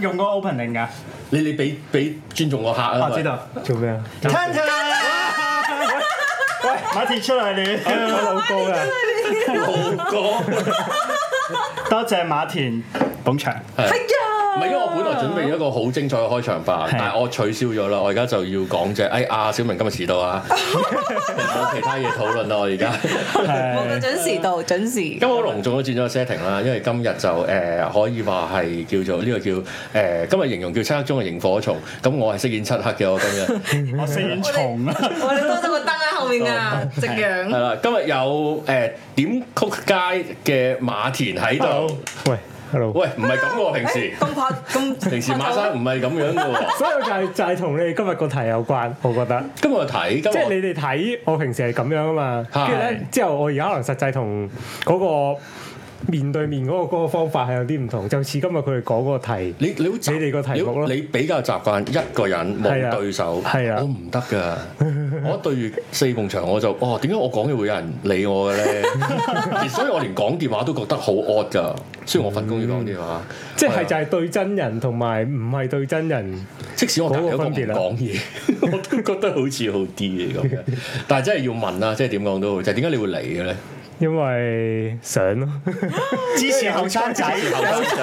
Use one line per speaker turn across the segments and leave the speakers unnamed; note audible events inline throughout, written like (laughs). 用嗰個 opening 㗎。
你你俾俾尊重個客啊！
我知道。
做咩啊？
聽聽，喂，馬鐵出嚟了。
我老高
à?
啊，
冇講，
多謝馬田捧場，
唔係因為我本來準備一個好精彩嘅開場白，
係
但係我取消咗啦。我而家就要講啫。哎啊，小明今日遲到
(laughs)
啊，冇其他嘢討論啦。我而家
係
咁我隆重都轉咗個 setting 啦，因為今日就誒、呃可以話係叫做呢、個叫誒、呃今日形容叫漆黑中嘅螢火蟲。咁我係飾演漆黑嘅，我
(laughs)
今日。
我飾演蟲啊，
à?
係啦，今日有誒、呃、點曲街嘅馬田喺度。
喂，hello，
喂，唔係咁喎，平時
哎
平時馬生唔係咁樣嘅喎。
所以就係就係同你哋今日個題有關，我覺得。
今日我睇，今
即係你
日
哋睇，我平時係咁樣啊嘛，
係
跟住咧之後，我而家可能實際同嗰個面對面嗰個嗰個方法係有啲唔同，就似今日佢哋講嗰個題，
你你好習
你哋個題目咯
你你比較習慣一個人
係
冇
啊
對手，
係啊
我唔得㗎。
(laughs)
我一對住四埲牆我就哦，點解我講嘢會有人理我嘅咧？
(laughs)
而所以我連講電話都覺得好 odd 㗎。雖然我份工要講電話，
嗯即
係啊
係就係對真人同埋唔係對真人，
即使我隔離有一個唔
嗰個分別啦
講嘢， (laughs) 我都覺得好似好啲嘅咁
(laughs)
樣。但係真係要問啊啦，即係點講都好，就係點解你會嚟嘅咧？
因為想咯。
支持後生仔，
後生仔，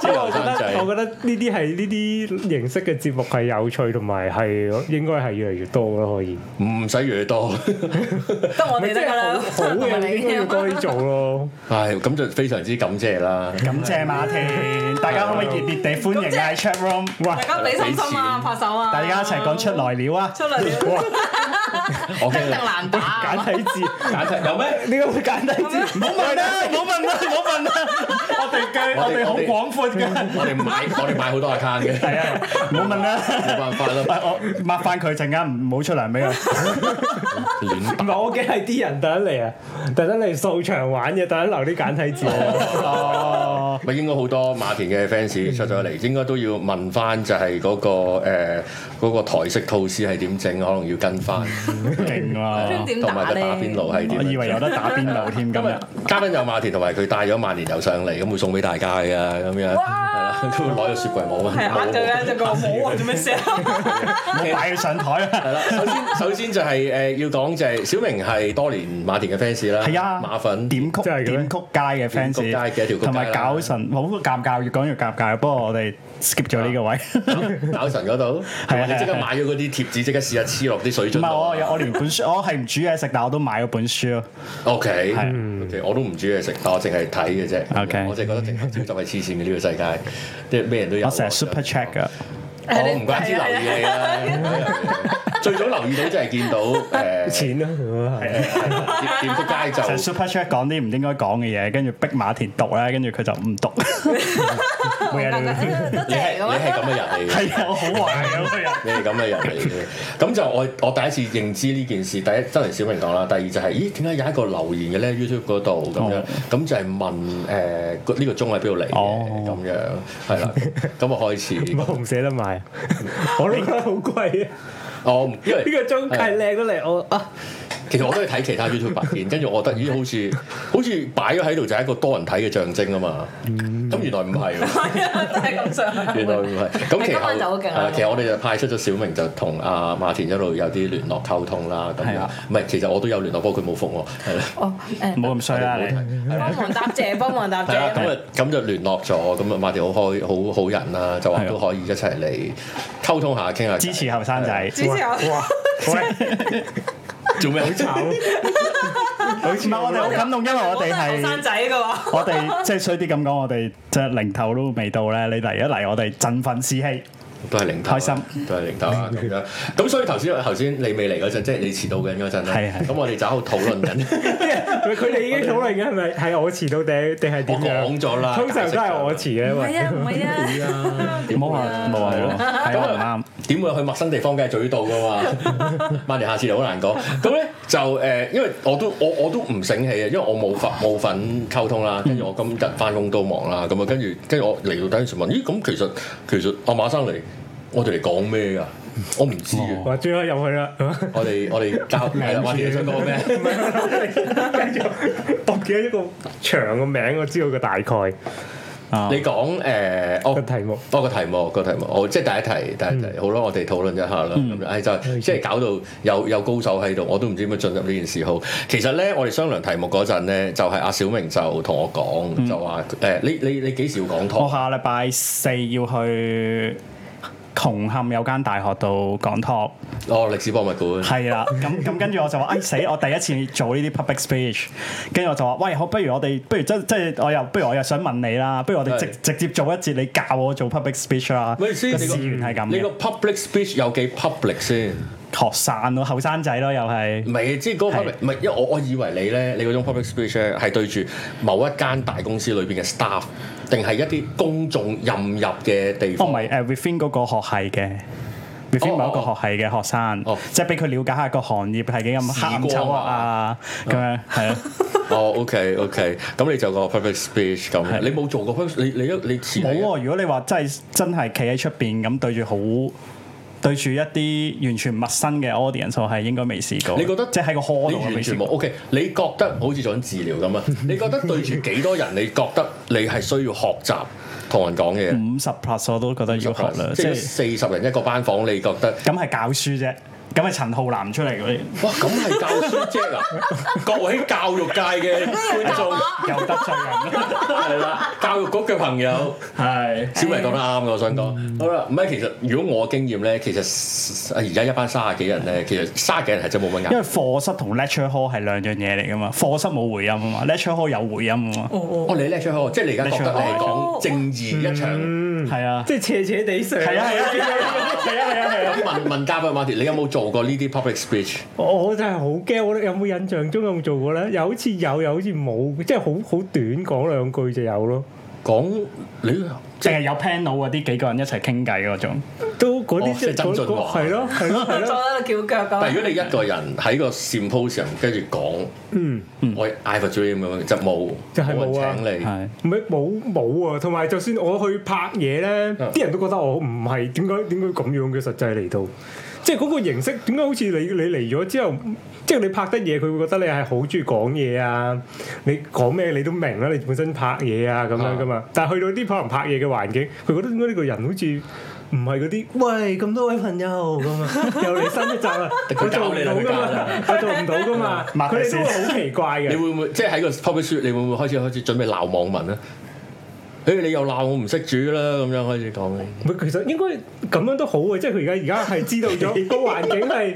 即係後
我覺
生
(laughs) 得我
仔。
覺得呢啲係呢啲形式嘅節目係有趣同埋係應該係越嚟越多咯，可以。
唔使越多， (laughs)
好嘅應該要多啲做咯。
唉，咁就非常之感謝啦。
感謝馬田，大家可唔可以熱烈地歡迎喺 chat room？哇，
à,
大家一齊講出來了啊！
我驚
(laughs)
你
簡體字，
簡直有咩？
(laughs) 呢個會簡體
(laughs) 唔
字。
好問啦，唔好問啦，唔好問啦，我哋嘅我哋好廣闊嘅，
我哋買我哋買好多 account 嘅，
係啊，唔好問啦。 (laughs)
冇辦法啦，
我抹翻佢陣間，唔好出糧俾佢。
亂
唔係，我驚係啲人特登嚟啊，特登嚟掃場玩嘅，特登留啲簡體字。啊
(laughs)
哦，嗯
咪應該好多馬田嘅 fans 出咗嚟，應該都要問翻就係嗰個誒嗰個台式吐司係點整，可能要跟翻，
勁喎！
同埋個打邊爐係點
我
樣。
以為有得打邊爐添，今
今日
日
嘉賓有馬田，同埋佢帶咗萬年油上嚟，咁會送俾大家㗎，咁樣係啦，佢會攞咗雪櫃冇
呃
啊，
冇擺佢上台 (laughs) 啊！
係啦，首先首先就係誒要講就係小明係多年馬田嘅 fans 啦，
係啊，
馬粉
點曲
真係嘅咩
點曲街嘅
點曲街嘅一條曲街
fans，
啦
同埋搞神好尷尬，越講越尷尬。不過我哋 skip 咗呢個位，
啊搞神嗰度，
啊
同埋
係啊
你即刻買咗嗰啲貼紙，即刻試下黐落啲
(laughs)
水
唔
樽
係
度
我
啊。
有我連本書，我係唔煮嘢食，但我都買咗本書咯。
O K，O K，我都唔煮嘢食，但我淨係睇嘅啫。
OK
我淨係覺得整合召集係黐線嘅呢個世界，即係咩人都有。啊
我成日 super check 噶，
我唔怪之留意你啦。最早留意到就係見到
(laughs)
誒
錢啦，啊係
店福街
成日
就
super check 講啲唔應該講嘅嘢，跟住逼馬田讀咧，跟住佢就唔讀。
你係你係咁嘅人嚟
啊
嘅。
係啊，我好壞啊個人。
你係咁嘅人嚟嘅，咁就我我第一次認知呢件事，第一真係小明講啦，第二就係、咦點解有一個留言嘅咧 YouTube 嗰度咁樣
哦，
咁就係問誒呢、個鐘喺邊度嚟嘅
哦
咁樣，係啦，咁我開始，
我唔捨得買，我都覺得好貴啊！
我唔因為
呢個鐘係靚得嚟，我啊
其實我都係睇其他 YouTube 片，跟住我覺得咦，好似好似擺咗喺度就係一個多人睇嘅象徵啊嘛。咁原來唔係喎，原來唔係。咁其
係今晚就好
後
勁
係
啦
啦，其實我哋就派出咗小明就同阿馬田一路有啲聯絡溝通啦。咁
係
樣
啊
唔係，其實我都有聯絡，不過佢冇覆我。係啦，
(laughs)
à,
唔好咁衰啦，
冇
你
睇係啦係啦，咁啊咁就聯絡咗，咁啊馬田好開好好人啦，就話
係啊
都可以一齊嚟溝通下傾下偈。
支持後生仔。
啊做咩？
炒，好
唔
似
係我哋好感動，因為我哋係我哋即係衰啲咁講，我哋即係零頭都未到咧。你嚟一嚟，我哋振奮士氣。
都係領頭啊，
開心
都係領頭啊咁樣。咁所以頭先頭先你未嚟嗰陣，即係你遲到緊嗰陣
係
咧，
係
咁我哋就喺度討論緊。
佢哋已經討論緊係咪係我遲到定定係點樣？
我講咗啊啦
通常都係我遲嘅，因
啊 à,
為
唔好話冇啊， (laughs) 係啊唔啱。
點會去陌生地方梗係嘴到噶嘛？ (laughs) 萬年下次就好難講。咁咧就誒、呃因為我都我我都唔醒起啊，因為我冇份冇份溝通啦，跟住我今日翻工都忙啦，咁啊跟住跟住我嚟到第一時問，咦咁其實其實阿馬生嚟，我哋嚟講咩㗎？我唔知嘅。
我追咗入去啦，
(laughs) 我哋我哋交係啦，馬田你想講咩？
跟住我記得一個長嘅名，我知道個大概。
啊
你講誒，我
個題目
不過個題目個題目，我即係第一題，第一
嗯
題好啦，我哋討論一下啦。咁樣，哎唉就係即係搞到有有高手喺度，我都唔知點樣進入呢件事好。其實咧，我哋商量題目嗰陣咧，就係阿小明就同我
嗯
講，就話誒，你你你幾時要講
我
堂？
下禮拜四要去窮冚有間大學度講 talk，
哦，歷史博物館。
係 (laughs) 啦。咁咁跟住我就話：，哎死！我第一次做呢啲 public speech，跟住我就話：，喂，好，不如我哋，不如即即係我又，不如我又想問你啦，不如我哋直
係
直接做一節你教我做 public speech 啦。
喂先
個
你個
事源係咁
你個
嘅，
public speech 有幾 public 先？
學生咯，後生仔咯，又係
唔。係，即係嗰個 public，
係
唔係，因為我我以為你咧，你嗰種 public speech 咧係對住某一間大公司裏邊嘅 staff，定係一啲公眾任入嘅地
哦，唔
方。
係誒 within 嗰個學系嘅。within
哦
某一個學系嘅學生
哦，
即係俾佢了解下個行業係幾咁黑暗
時
醜
光
惡
啊
啊，咁樣係啊，
哦，OK，OK，咁你就個 public speech 咁，
係
你冇做過 public，你你一你前
冇啊喎。如果你話真係真係企喺出邊咁對住好對住一啲完全陌生嘅 audience，我係應該未試過。
你覺得
即係喺個 hall
你
度我啊未
完
試
全冇
過。
OK，你覺得好似做緊治
(laughs)
療咁啊？你覺得對住幾多人，你覺得你係需要學習同人講嘅嘢？
五十 plus 我都覺得要學嗯啦，啊即
即係
係
四十人一個班房，你覺得
咁係教書啫，咁係陳浩南出嚟嗰啲
哇咁係教書
(laughs)
啫嗱？各位教育界嘅觀眾
又得罪人，啊
係啦，教育局嘅朋友。
係
小明講得啱嘅，我想
嗯
講。好啦，唔係其實如果我經驗咧，其實哎而家一班三十幾人咧，其實三十幾人係真冇乜壓
(laughs) 因為課室同 lecture hall 係兩樣嘢嚟噶嘛，課室冇回音啊嘛，lecture hall 有回音啊嘛，
哦，你叻出口，即係你而家覺得你係講正義一場。
嗯
係啊。
即係斜斜地上。
係啊係啊係啊
(laughs)
係啊係啊係啊！
咁問問嘉賓 Martin，你有冇做過呢啲 public speech？
哦我我真係好驚，我有冇印象中有冇做過咧？又好似有，又好似冇，即係好好短講兩句就有咯。
講你
淨係有 panel 嗰啲幾個人一齊傾偈嗰種，
都嗰
哦
啲
即
即係
係曾
嗰
俊
嗰
華
係咯係咯係
坐
咯，
喺度翹腳
但係
咁。
如果你一個人喺個 symposium 跟住講，
嗯，
我 I have a dream 咁樣，就冇，
就係冇啊
冇人請你。
係
唔係冇冇啊！同埋就算我去拍嘢咧，
啊
啲人都覺得我唔係點解點解咁樣嘅實際嚟到，即係嗰個形式點解好似你你嚟咗之後，即係你拍得嘢，佢會覺得你係好中意講嘢啊！你講咩你都明啦，你本身拍嘢啊咁樣噶嘛。但係去到啲可能拍嘢嘅環境，佢覺得點解呢個人好似唔係嗰啲喂咁多位朋友咁啊，
(laughs)
又嚟新一集啦，我
佢
做
搞
唔
你啦
到
佢
噶
搞
嘛，我做唔到噶嘛，
抹佢
佢哋都
先
會好奇怪嘅
你。會唔會即係喺個 public speech？你會唔會開始開始準備鬧網民咧？誒，你又鬧我唔識煮啦，咁樣開始講。
唔係，其實應該咁樣都好嘅，即係佢而家而家係知道咗
(laughs)
個環境係，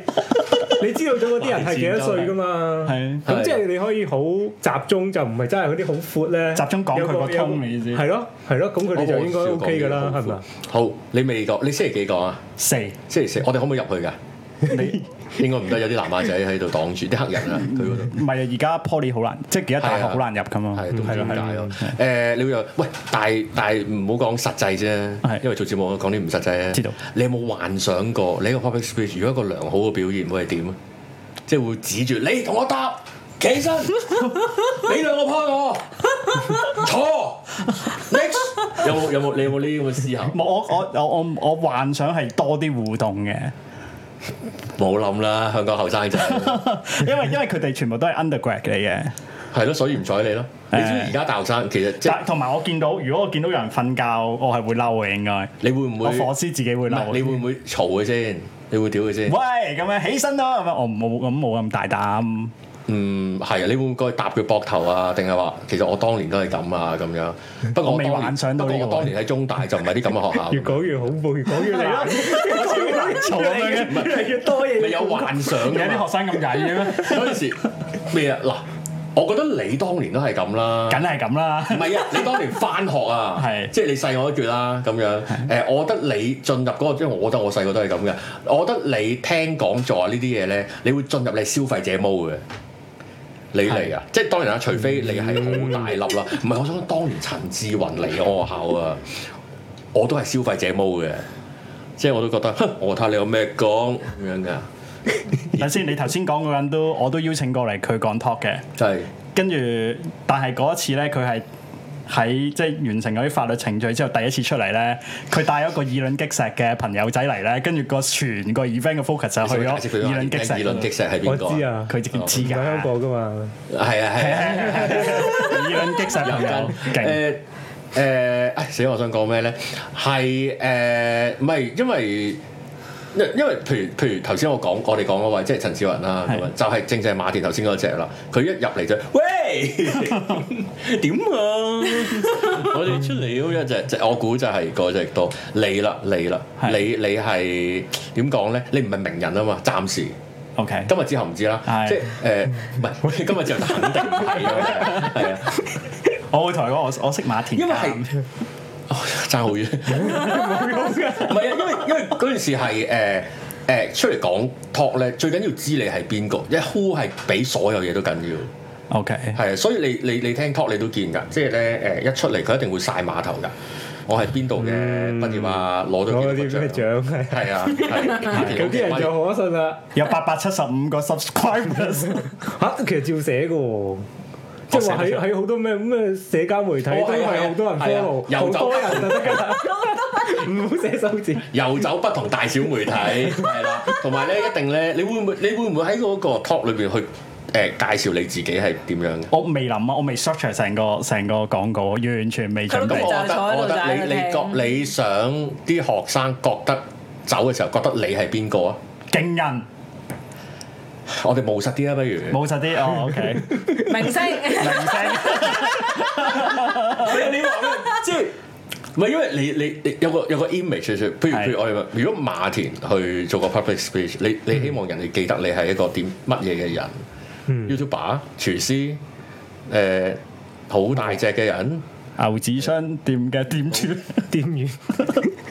你知道咗嗰啲人係幾多歲噶嘛？
係
咁即係你可以好集中，就唔係真係嗰啲好闊咧。
集中講佢個
有有
tone，你意思
係咯係咯，咁佢哋就應該 OK 㗎啦，係咪啊？
好，你未講，你星期幾講啊？
四
星期四，我哋可唔可以入去㗎？ (laughs) 應該唔得，有啲南亞仔喺度擋住啲黑人啊，佢嗰度。
唔係啊！而家 poly 好難，即係而家大學好難入噶嘛，
係都唔
咯
知點解啊咯
咯。
誒，你會又喂，但係但係唔好講實際啫，
係
因為做節目我講啲唔實際啊。
知道
你有冇幻想過你一個 public speech 如果一個良好嘅表現會係點啊？即係會指住你同我答，企身，你兩個拋我，坐，next，有冇有冇你有冇呢啲咁嘅思考？
冇我我我我我幻想係多啲互動嘅， (laughs)
冇諗啦，香港後生仔。
因為因為佢哋全部都係 undergrad 嚟嘅，
係咯，所以唔睬你咯。你知唔知而家大學生其實即係
但同埋我見到，如果我見到有人瞓覺，我係會嬲嘅應該，
你會唔會
我？火師自己會
唔係
嬲。
你會唔會嘈佢先？你會屌佢先？
喂咁樣起身啦咁樣，我冇咁冇咁大膽，
嗯，係啊，你會唔會搭佢膊頭啊？定係話其實我當年都係咁啊咁樣。不過
我未
當年
幻想到呢
不過
個
我當年喺中大就唔係啲咁嘅
(laughs)
學校。
越講越恐怖，越講越難，
啊嘈咁樣嘅，
(laughs) 越嚟越多嘢。
你有幻想
有
嘅
啲
嘛
學？生咁曳嘅咩？
嗰陣時咩啊？嗱，我覺得你當年都係咁啦。
梗係咁
(laughs)
啦
唔，係啊！你當年翻學啊，
係
即係你細我一橛啦咁樣。誒，我覺得你進入嗰、個，因為我覺得我細個都係咁嘅。我覺得你聽講座啊呢啲嘢咧，你會進入你消費者 mode 嘅。你嚟噶，即係當然啦，除非
嗯
你係好大粒啦。唔係，我想講當年陳志雲嚟我學校啊，我都係消費者 mode 嘅，即係我都覺得，哼我睇下你有咩講咁樣噶，
等先，你頭先講嗰人都我都邀請過嚟佢講 talk 嘅。
就係、
跟住，但係嗰一次咧，佢係喺即係完成嗰啲法律程序之後，第一次出嚟咧，佢帶咗個議論擊石嘅朋友仔嚟咧，跟住個全個 event 嘅 focus 就去
你想唔想
咗
解釋俾我
議論
聽
擊石
議
嗰
論
度
擊。石係邊
我
個？
知，啊，
佢自己
哦
知
唔喺
㗎，
香港㗎嘛。
(laughs)
係啊係啊。 (laughs)
議論擊石朋友
誒
勁，
誒，唉死！我想講咩咧？係誒，唔係因為。因因為譬如譬如頭先我講我哋講嗰位即係陳少雲啦，咁樣就係正正係馬田頭先嗰只啦。佢一入嚟就
(laughs)
喂點啊！我哋出嚟咁樣就就我估就係嗰只多你啦你啦
係
你你係點講咧？你唔係名人啊嘛，暫時。
OK，
今日之後唔知啦，
係
即係誒唔係，
(laughs)
我哋今日之後就肯定唔係啦，係啊，
我會同佢講，我我識馬田，
因為係哦爭好
(laughs)
遠，唔係啊，因為因為嗰件事係誒誒出嚟講 talk 咧，最緊要知你係邊個，一 who 係比所有嘢都緊要，
OK，
係啊，所以你你你聽 talk 你都見㗎，即係咧誒一出嚟佢一定會晒碼頭㗎，我係邊度嘅畢業啊，攞
嗯攞
咗
嗰
幾
啲
多
咩
個獎，
獎係？
係啊，係
(laughs) 有啲人就可信啦。
有八百七十五個 subscribers，
(laughs)
嚇，其實照寫嘅喎。即係話喺喺好多咩咩社交媒體都
哦係啊
係好多人
係啊啊
follow，
遊
好
走
多人就得㗎啦，唔好寫手指。
遊走不同大小媒體，
(laughs)
係啦，同埋咧一定咧，你會唔會你會唔會喺嗰個 talk 裏邊去誒、介紹你自己係點樣嘅？
我未諗啊，我未 structure 成個成個廣告，完全未準
咁
備
我。覺
就
得
坐喺度
我覺得你
就係
你覺
聽
你想啲學生覺得走嘅時候覺得你係邊個啊？
勁人，
我哋務實啲啊，不如。
冇實啲 (laughs) 哦，OK，明
明星
星
你你話咩？即係唔係因為你你你有個有個 image 出嚟，譬如
係
譬如我哋話如果馬田去做個 public speech，你你希望人哋記得你係一個點乜嘢嘅人、y o u t u b e r 廚師，誒、呃好大隻嘅人，
牛子商店嘅店主，
店員，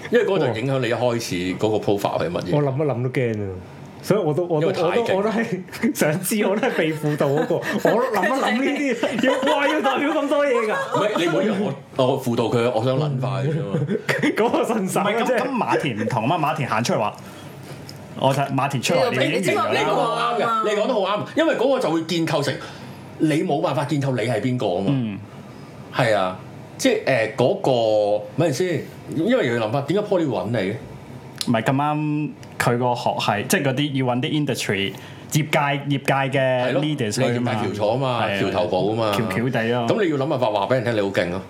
因為嗰個就影響你一開始嗰個 profile 係乜
我
嘢。
諗一諗都驚啊！所以我都我都
因為
我
太
都我
勁
都係 (laughs) 想知，我都係被輔導嗰個。我諗一諗呢啲，要哇要代表咁多嘢㗎，
唔係你每日我我輔導佢，我想撚化嘅啫嘛。
嗰個信手
唔係
啊！
咁
真
咁
係
馬田唔同啊嘛，馬田行出嚟話，我睇馬田出嚟你已經完
你
㗎
你
知
講
啦
得
我，
好啱嘅，你講得好啱，因為嗰個就會建構成你冇辦法建構你係邊個啊嘛。
嗯，
係啊，即係誒嗰個咪陣先，因為又要諗翻點解 Poly 揾你嘅？
唔係咁啱佢個學係，即係嗰啲要揾啲 industry 業界業界嘅
係咯，你
leaders
係
去啊
大
嘛
橋楚啊嘛，
係啊
橋頭堡啊嘛，
橋橋地咯。
咁你要諗辦法話俾人聽你好勁咯。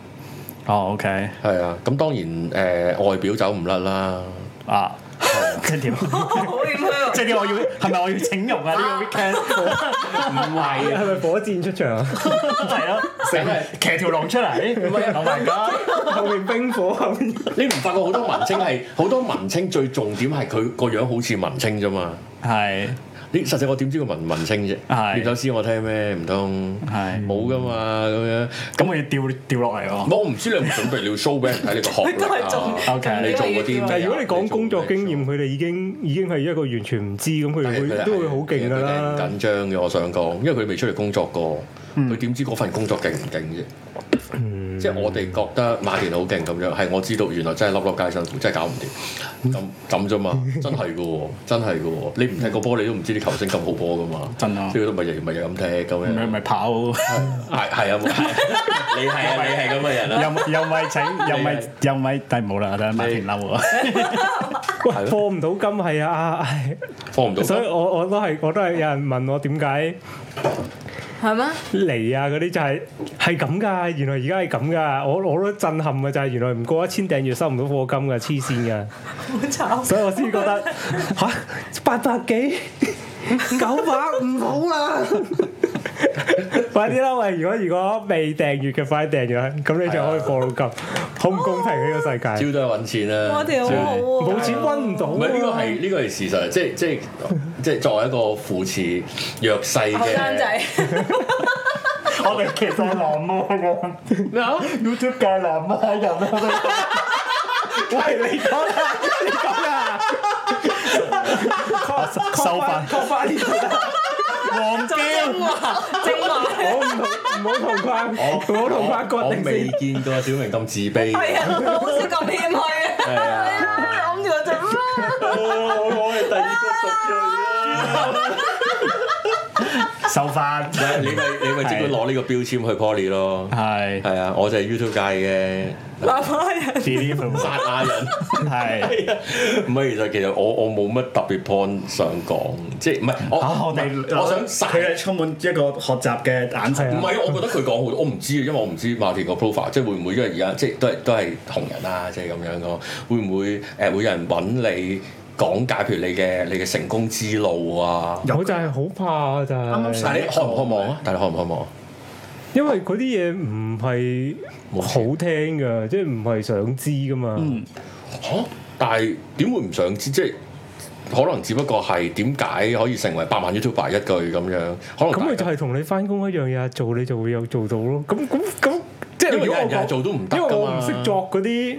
哦，OK，
係啊，咁當然誒外表走唔甩啦。
啊，即係點？
好影響
即係點我要係咪我要整容啊？
(laughs)
呢個 weekend
唔係
係咪火箭出場啊？
(laughs)
(laughs)
係咯，成日騎條龍出嚟。
唔係
Oh my god！
後面冰火後面。
你唔發覺好多文青係好多文青最重點係佢個樣好似文青啫嘛？
係
你實際我點知佢文唔文青啫？
係
念首詩我聽咩？唔通
係
冇噶嘛咁樣。
咁我要掉掉落嚟喎。
我唔知你唔準備你要 show 俾人睇你個學
(laughs)
佢都係做
歷啊。
OK
你做嗰啲
但
咩
係如果你講工作經驗，佢哋已經已經係一個完全唔知咁，佢哋
但係佢
會
哋
都會好勁㗎
佢哋唔
啦。
緊張嘅，我想講，因為佢未出嚟工作過，
嗯
佢點知嗰份工作勁唔勁啫？
嗯
即係我哋覺得馬田好勁咁樣，係我知道原來真係粒粒皆辛苦，真係搞唔掂咁咁啫嘛，真係嘅喎，真係嘅喎，你唔踢個波你都唔知啲球星咁好波噶嘛，
真啊
即係都咪日咪日咁踢咁
唔係
樣
唔，係跑，
係係啊，冇係你係啊，你係咁嘅人啦，
又咪又咪 (laughs) 整，又咪
係
又咪，但係冇啦，等馬田嬲啊！
喂
係，咯
放唔到金係啊！唉
放唔到
(laughs) 所以我我都係我都係有人問我點解
係咩？
嚟啊嗰啲就係係咁㗎，原來而家係咁㗎，我我都震撼嘅就係原來唔過一千訂閱收唔到課金㗎，黐線㗎，
好慘。
所以我先覺得吓八百幾九百唔好啦。快啲啦！喂，如果如果未訂閱嘅，快啲訂閱啦，咁你就可以課到金，好唔公平呢個世界。
招都係揾錢啦，
我哋好好
招
喎，
冇錢温唔到啊。
唔係呢個係呢個係事實，即係即係即係作為一個扶持弱勢
後生
嘅
仔，
(laughs) 我哋其實係男魔㗎
咩啊？
，YouTube 界男魔人啊！
喂，你講啊，你講啊，
收翻
確翻呢個
黃
做精華，精華
我唔好唔好同框，唔好同框
我
割定
未
先。
見過小明咁自卑。
(laughs) 係啊，我好少咁謙虛
係
啊，
啊
攬住我做
我我係第二個讀嘅
受罰
你咪你咪即管攞呢個標籤去 Poly 咯。
係
係啊，我就係 YouTube 界
南亞人
嘅
deliver
撒亞人。 (laughs)
係
唔係，其實其實我我冇乜特別 point 想講，即係唔係
(laughs)
我
啊！我
唔
哋
係我想殺
佢係充滿一個學習嘅眼神
係。
唔
啊
係，我覺得佢講好多，我唔知，因為我唔知馬田個 profile，即係會唔會因為而家即係都係都係紅人啦，即係咁樣講，會唔會誒、呃、會有人揾你講解譬如你嘅你嘅成功之路啊？
有
我就係好怕就
啱啱
但
上
係，
係你渴唔渴望啊？但係你渴唔渴望啊？
因為嗰啲嘢唔係好聽噶，即係唔係想知噶嘛。
嗯，
嚇、但係點會唔想知？即係可能只不過係點解可以成為百萬 YouTuber 一句咁樣？啊可能
咁
大
咪
家
就係同你翻工一樣，有日做你就會有做到咯。咁咁咁，即係
因為
如
有
果我
人日日
講
做都唔得
因為
㗎
我
嘛
唔識作嗰啲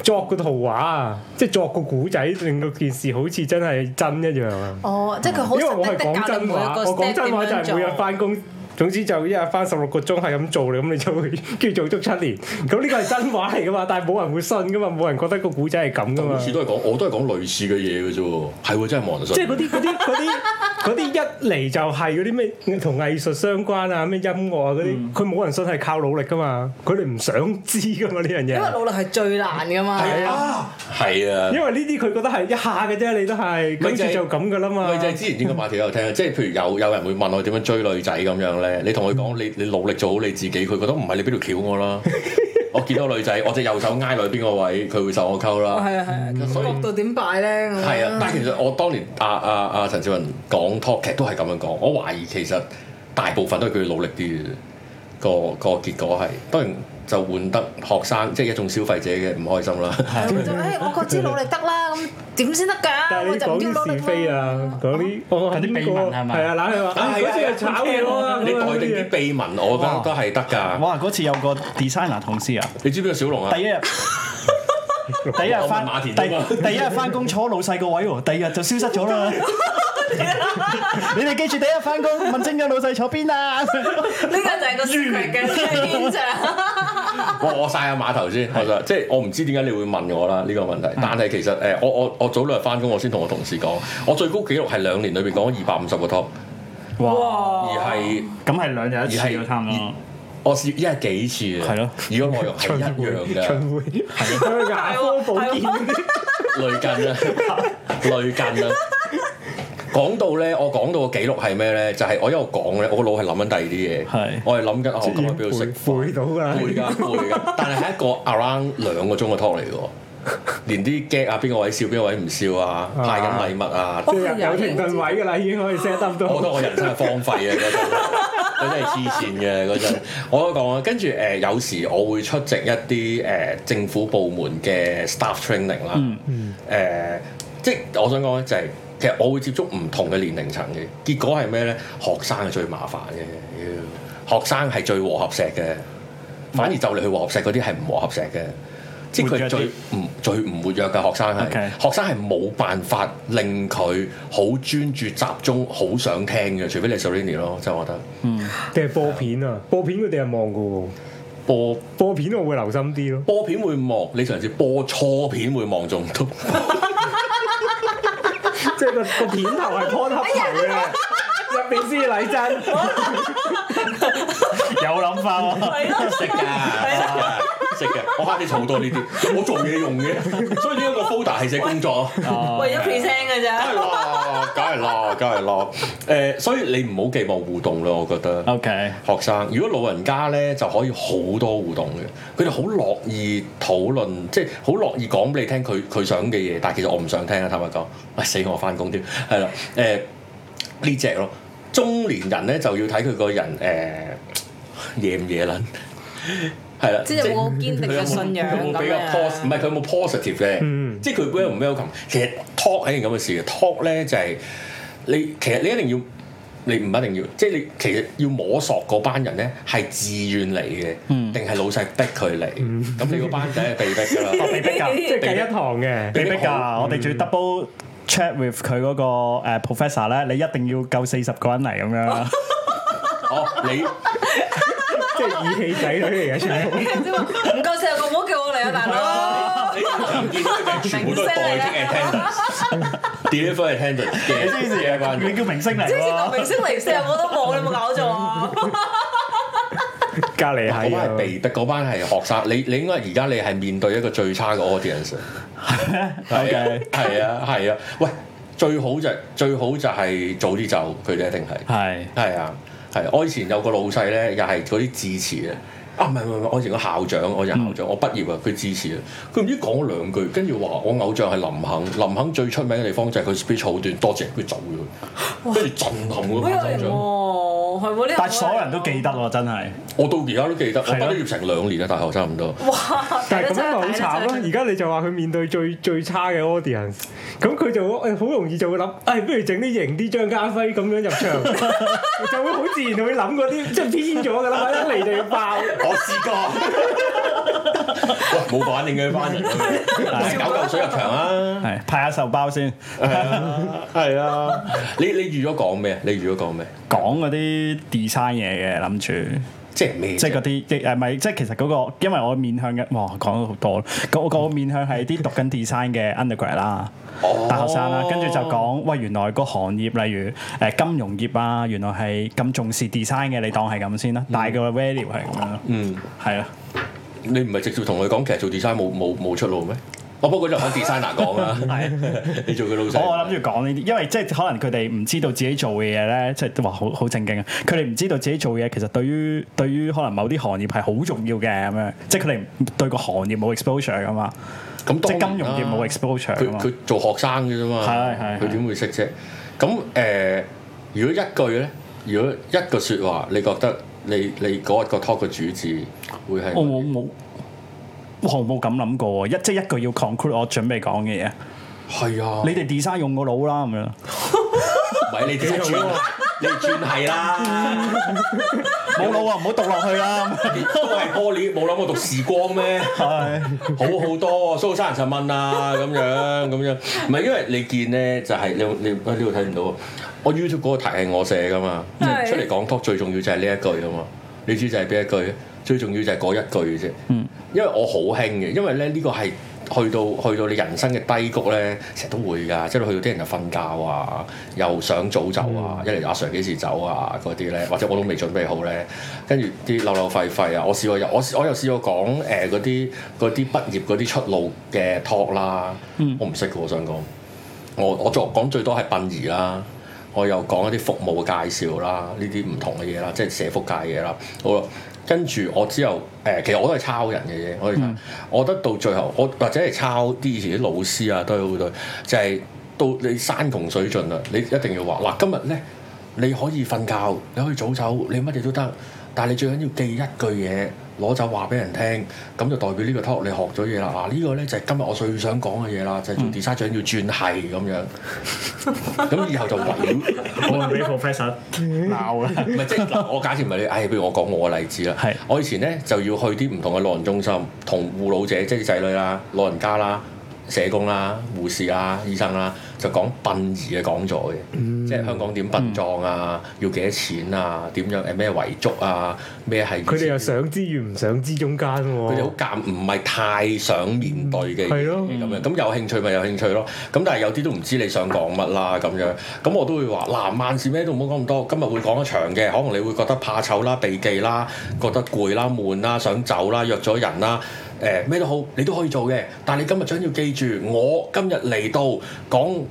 作個圖畫啊，即係作個古仔，令到件事好似真係真一樣啊。
哦，即係佢好
因為我
實
係
的的
講
教你
真
每
話，
一個
我講
step
真
點
話就
樣
係每日
做。
翻工。總之就一日翻十六個鐘係咁做你，咁你就會 (laughs) 叫做足七年。咁呢個係真話嚟噶嘛，但 (laughs) 係冇人會信噶嘛，冇人覺得個古仔係咁噶
每
嘛。
次都係講，我都係講類似嘅嘢嘅啫喎，係喎，真係冇人信。
即係嗰啲嗰啲嗰啲 (laughs) 嗰啲一嚟就係嗰啲咩同藝術相關啊，咩音樂啊嗰
嗯
啲，佢冇人信係靠努力噶嘛，佢哋唔想知噶嘛呢樣
因為
嘢。
努力係最難噶嘛。
係啊，係啊
因。為呢啲佢覺得係一下嘅啫，你都係
咪
跟
就係
住就咁噶啦嘛
咪。就係之前點解馬條有聽啊？即係譬如有有人會問我點樣追女仔咁樣咧，你同佢
嗯
講你你努力做好你自己，佢覺得唔係你俾條橋我
(laughs)
啦。我見到女仔，我隻右手挨女邊個位，佢會受我溝
哦
啦。
係啊係啊，
所以
角度點擺咧？
哦
咁樣
係啊，但係其實我當年阿阿阿陳少雲講 talk 劇都係咁樣講，我懷疑其實大部分都係佢努力啲嘅，個個結果係當然就換得學生即係一種消費者嘅唔開心啦。
就誒，我覺知努力得啦，咁點先得
但
㗎？
係
啊我
你
就唔
講
要努
啲
力
是非
啦。
啊，講啲
哦
我
嗰啲秘聞係咪
係啊，嗱你
哎
話嗰次係炒嘢啊，
你
咁樣
待定啲
啲嘢哦
秘聞，我覺得都係得㗎。
哇！嗰次有個 designer 同事啊，
你知唔知個小龍
(laughs)
啊？
第一日。第一日翻
我問馬田啫嘛
第第一日翻工坐老細個位喎，第二日就消失咗啦。
(laughs)
你哋記住第一日翻工問清咗老細坐邊啊！
呢個就係個 secret 嘅現象。
我我曬下碼頭先，我就即係我唔知點解你會問我啦呢個問
嗯
題，但係其實誒，我我我早兩日翻工，我先同我同事講，我最高紀錄係兩年裏邊講咗二百五十個 top，
哇！
而
哇！
係
咁係兩日一次
而
咯，
係
差唔多。
我試一日幾次啊，
係咯，
而個內容係一樣嘅，
巡迴去牙科保健嗰 (laughs) 啲
類
(laughs)
近啦，類近啦。講到咧，我講到個紀錄係咩咧？就係、我一路講咧，我個腦係諗緊第二啲嘢，
係
我係諗緊啊我今日邊度
(laughs)
食
背背到㗎啦。
會㗎
(laughs)
會㗎，但係係一個 around 兩個鐘嘅 talk 嚟嘅喎，連啲 g 啊邊個位笑邊個位唔笑啊，派緊禮物啊，
即係有停頓位㗎啦，已經可以 set up 到。
我覺得我人生係荒廢啊嗰陣，嗰真係黐線嘅嗰陣。我都講啊，跟住誒有時我會出席一啲誒、呃政府部門嘅 staff training 啦，誒、即係我想講咧就係、其實我會接觸唔同嘅年齡層嘅，結果係咩咧？學生係最麻煩嘅，妖學生係最和合石嘅，反而就嚟去和合石嗰啲係唔和合石嘅。即係
活躍
佢
啲
最唔最唔活躍嘅學生係
OK
學生係冇辦法令佢好專注集中，好想聽嘅，除非你 s e r e n i 咯，即係我覺得
定係播片啊？播片佢哋係望嘅喎，
播
播片我會留心啲
(laughs)
咯。
播片會望，你嘗試播錯片會望中都
即係個個片頭係 p o 頭
(laughs)
嘅，入邊先係禮真。
有諗法
(laughs)
喎，
係咯，
識㗎，啊識嘅，我慳啲儲多呢啲，我做嘢用嘅，所以呢一個 folder 係寫工作。
為咗 present 嘅
梗係
咋。
啦，梗係啦，梗係啦。誒，所以你唔好寄望互動咯，我覺得。
OK，
學生，如果老人家咧就可以好多互動嘅，佢哋好樂意討論，即係好樂意講俾你聽佢佢想嘅嘢，但係其實我唔想聽啊，坦白講，唉死我翻工添，係啦，誒呢只咯，中年人咧就要睇佢個人誒、夜唔夜撚，係啦，
即係有冇好堅定
佢有
嘅
冇
信仰
佢有冇
咁
比較 pos 唔
樣？
係佢有冇 positive 嘅，
嗯
即係佢 welcome 唔 welcome。其實 talk 係一件咁嘅事嘅，talk 咧就係、你其實你一定要，你唔一定要，即係你其實要摸索嗰班人咧係自願嚟嘅，定係、老細逼佢嚟。咁、
嗯
你嗰班仔係被逼㗎
(laughs)
啦。
哦被逼
(laughs)
㗎，
即係計一堂嘅，
被逼㗎，我哋
嗯
仲要 double check with 佢嗰個誒 professor 咧，你一定要夠四十個人嚟咁
(laughs)
樣。
哦，你
即係義氣仔女嚟嘅全部。
唔夠四十個唔好叫我嚟啊，大佬！
你唔見到佢哋全部都係代 attendance。 deliver attendant
(laughs)
嘅
黐線
啊
嘅啊關
你
係。
叫明星嚟
即係好似
喎
同。明星嚟四有冇得冇，你有冇搞錯啊？
隔離
嗰班
係
係
啊
被逼，嗰班係學生。你你應該而家你係面對一個最差嘅
(laughs)
audience。係啊
OK
係啊係啊，喂，最好就最好就係早啲走，佢哋一定係。
係
係啊，係啊。我以前有個老細咧，又係嗰啲致辭啊。啊，唔係唔係，唔係我以前個校長，我就校
嗯
長，我畢業啊，佢致辭啊，佢唔知講咗兩句，跟住話我偶像係林肯，林肯最出名嘅地方就係佢 speech 好短，多謝佢走咗，跟住震撼嗰個
好有
頒獎
型喎，
獎，
係喎呢個。
但係所有人都記得喎，真係。
我到而家都記得，我
係
畢
咯
咗業成兩年啦，大學差唔多。
哇！
但係咁
真
樣咪好慘咯！而家你就話佢面對最最差嘅 audience，咁佢就好誒好容易就會諗，誒、不如整啲型啲張家輝咁樣入場，就會好自然會諗嗰啲即係偏咗㗎啦，一嚟就要爆。
我試過，喂，冇反應嘅翻嚟，搞嚿水入場啊！
係派下手包先，
係啊，你你預咗講咩？你預咗講咩？
講嗰啲 design 嘢嘅諗住，
即係咩啫？
即係嗰啲誒咪即係其實嗰、個，因為我面向嘅，哇講咗好多，咁我個面向係啲讀緊 design 嘅 undergrad 啦。
哦
大學生啦，跟住就講喂，原來個行業例如誒、金融業啊，原來係咁重視 design 嘅，你當係咁先啦。但係個 value 係咁樣咯，
嗯，
係啊啦，
你唔係直接同佢講，其實做 design 冇冇冇出路咩？我不過就揾 designer 講啦， (laughs) 你做佢老細。
哦我我諗住講呢啲，因為即係可能佢哋唔知道自己做嘅嘢咧，即係話好好正經啊。佢哋唔知道自己做嘅嘢其實對於對於可能某啲行業係好重要嘅咁樣，即係佢哋唔對個行業冇 exposure 噶嘛，
咁
即
當然
係
啦
金融業冇 exposure
佢
噶嘛。
佢做學生嘅啫嘛，
係係
佢點會識啫？咁誒、呃如果一句咧，如果一個説話，你覺得你你嗰一個 talk 嘅主旨會係
我冇冇。我冇咁諗過喎，一即係一句要 conclude 我準備講嘅嘢，
哦係啊？
你哋 design 用個腦啦咁
(laughs)
樣。
唔係你哋轉，你哋轉係啦，
冇腦啊，唔好讀落去啦。
都係 poly，冇諗過讀時光咩？
係
好好多喎，蘇生人就問啊，咁樣咁樣，唔係因為你見咧就係、你有你啊呢度睇唔到啊，我 YouTube 嗰個題係我寫噶嘛，
係
出嚟講 talk 最重要就係呢一句啊嘛，你知就係邊一句？最重要就係嗰一句啫，
嗯
因為我好興嘅，因為咧呢、個係。去到去到你人生嘅低谷咧，成日都會㗎，即係去到啲人就瞓覺啊，又想早走啊，一嚟阿 Sir 幾時走啊嗰啲咧，或者我都未準備好咧，跟住啲漏漏費費啊，我試過又我我又試過講誒嗰啲嗰啲畢業嗰啲出路嘅 talk 啦，我唔識嘅我想講，我我作講最多係殯儀啦。我又講一啲服務嘅介紹啦，呢啲唔同嘅嘢啦，即係社福界嘅嘢啦。好啦，跟住我之後誒、其實我都係抄人嘅嘢，我哋、我覺得到最後，我或者係抄啲以前啲老師啊，都係好多，就係、到你山窮水盡啦，你一定要話嗱，今日咧你可以瞓覺，你可以早走，你乜嘢都得，但係你最緊要記一句嘢。攞走話俾人聽，咁就代表呢個 talk 你學咗嘢啦。嗱、呢個咧就係今日我最想講嘅嘢啦，就係、做 design 長要轉係咁樣。咁以後就圍繞，
我
啊
話俾 professor 鬧啦。
唔係啊即係嗱我假設唔係你，唉，不如我講我嘅例子啦。
係
我以前咧就要去啲唔同嘅老人中心，同護老者即係仔女啦、老人家啦、社工啦、護士啦、醫生啦，就講殯儀嘅講座嘅，
嗯
即係香港點殯葬啊，要幾多錢啊，點樣誒咩遺囑啊，咩係
佢哋又想知與唔想知中間
佢哋好
喎，
尷，唔係太想面對嘅嘢
係咯
咁樣。咁有興趣咪有興趣咯。咁但係有啲都唔知你想講乜啦咁樣。咁我都會話嗱，萬事咩都唔好講咁多。今日會講一場嘅，可能你會覺得怕醜啦、避忌啦、覺得攰啦、悶啦、想走啦、約咗人啦。誒咩、都好，你都可以做嘅。但係你今日想要記住，我今日嚟到講。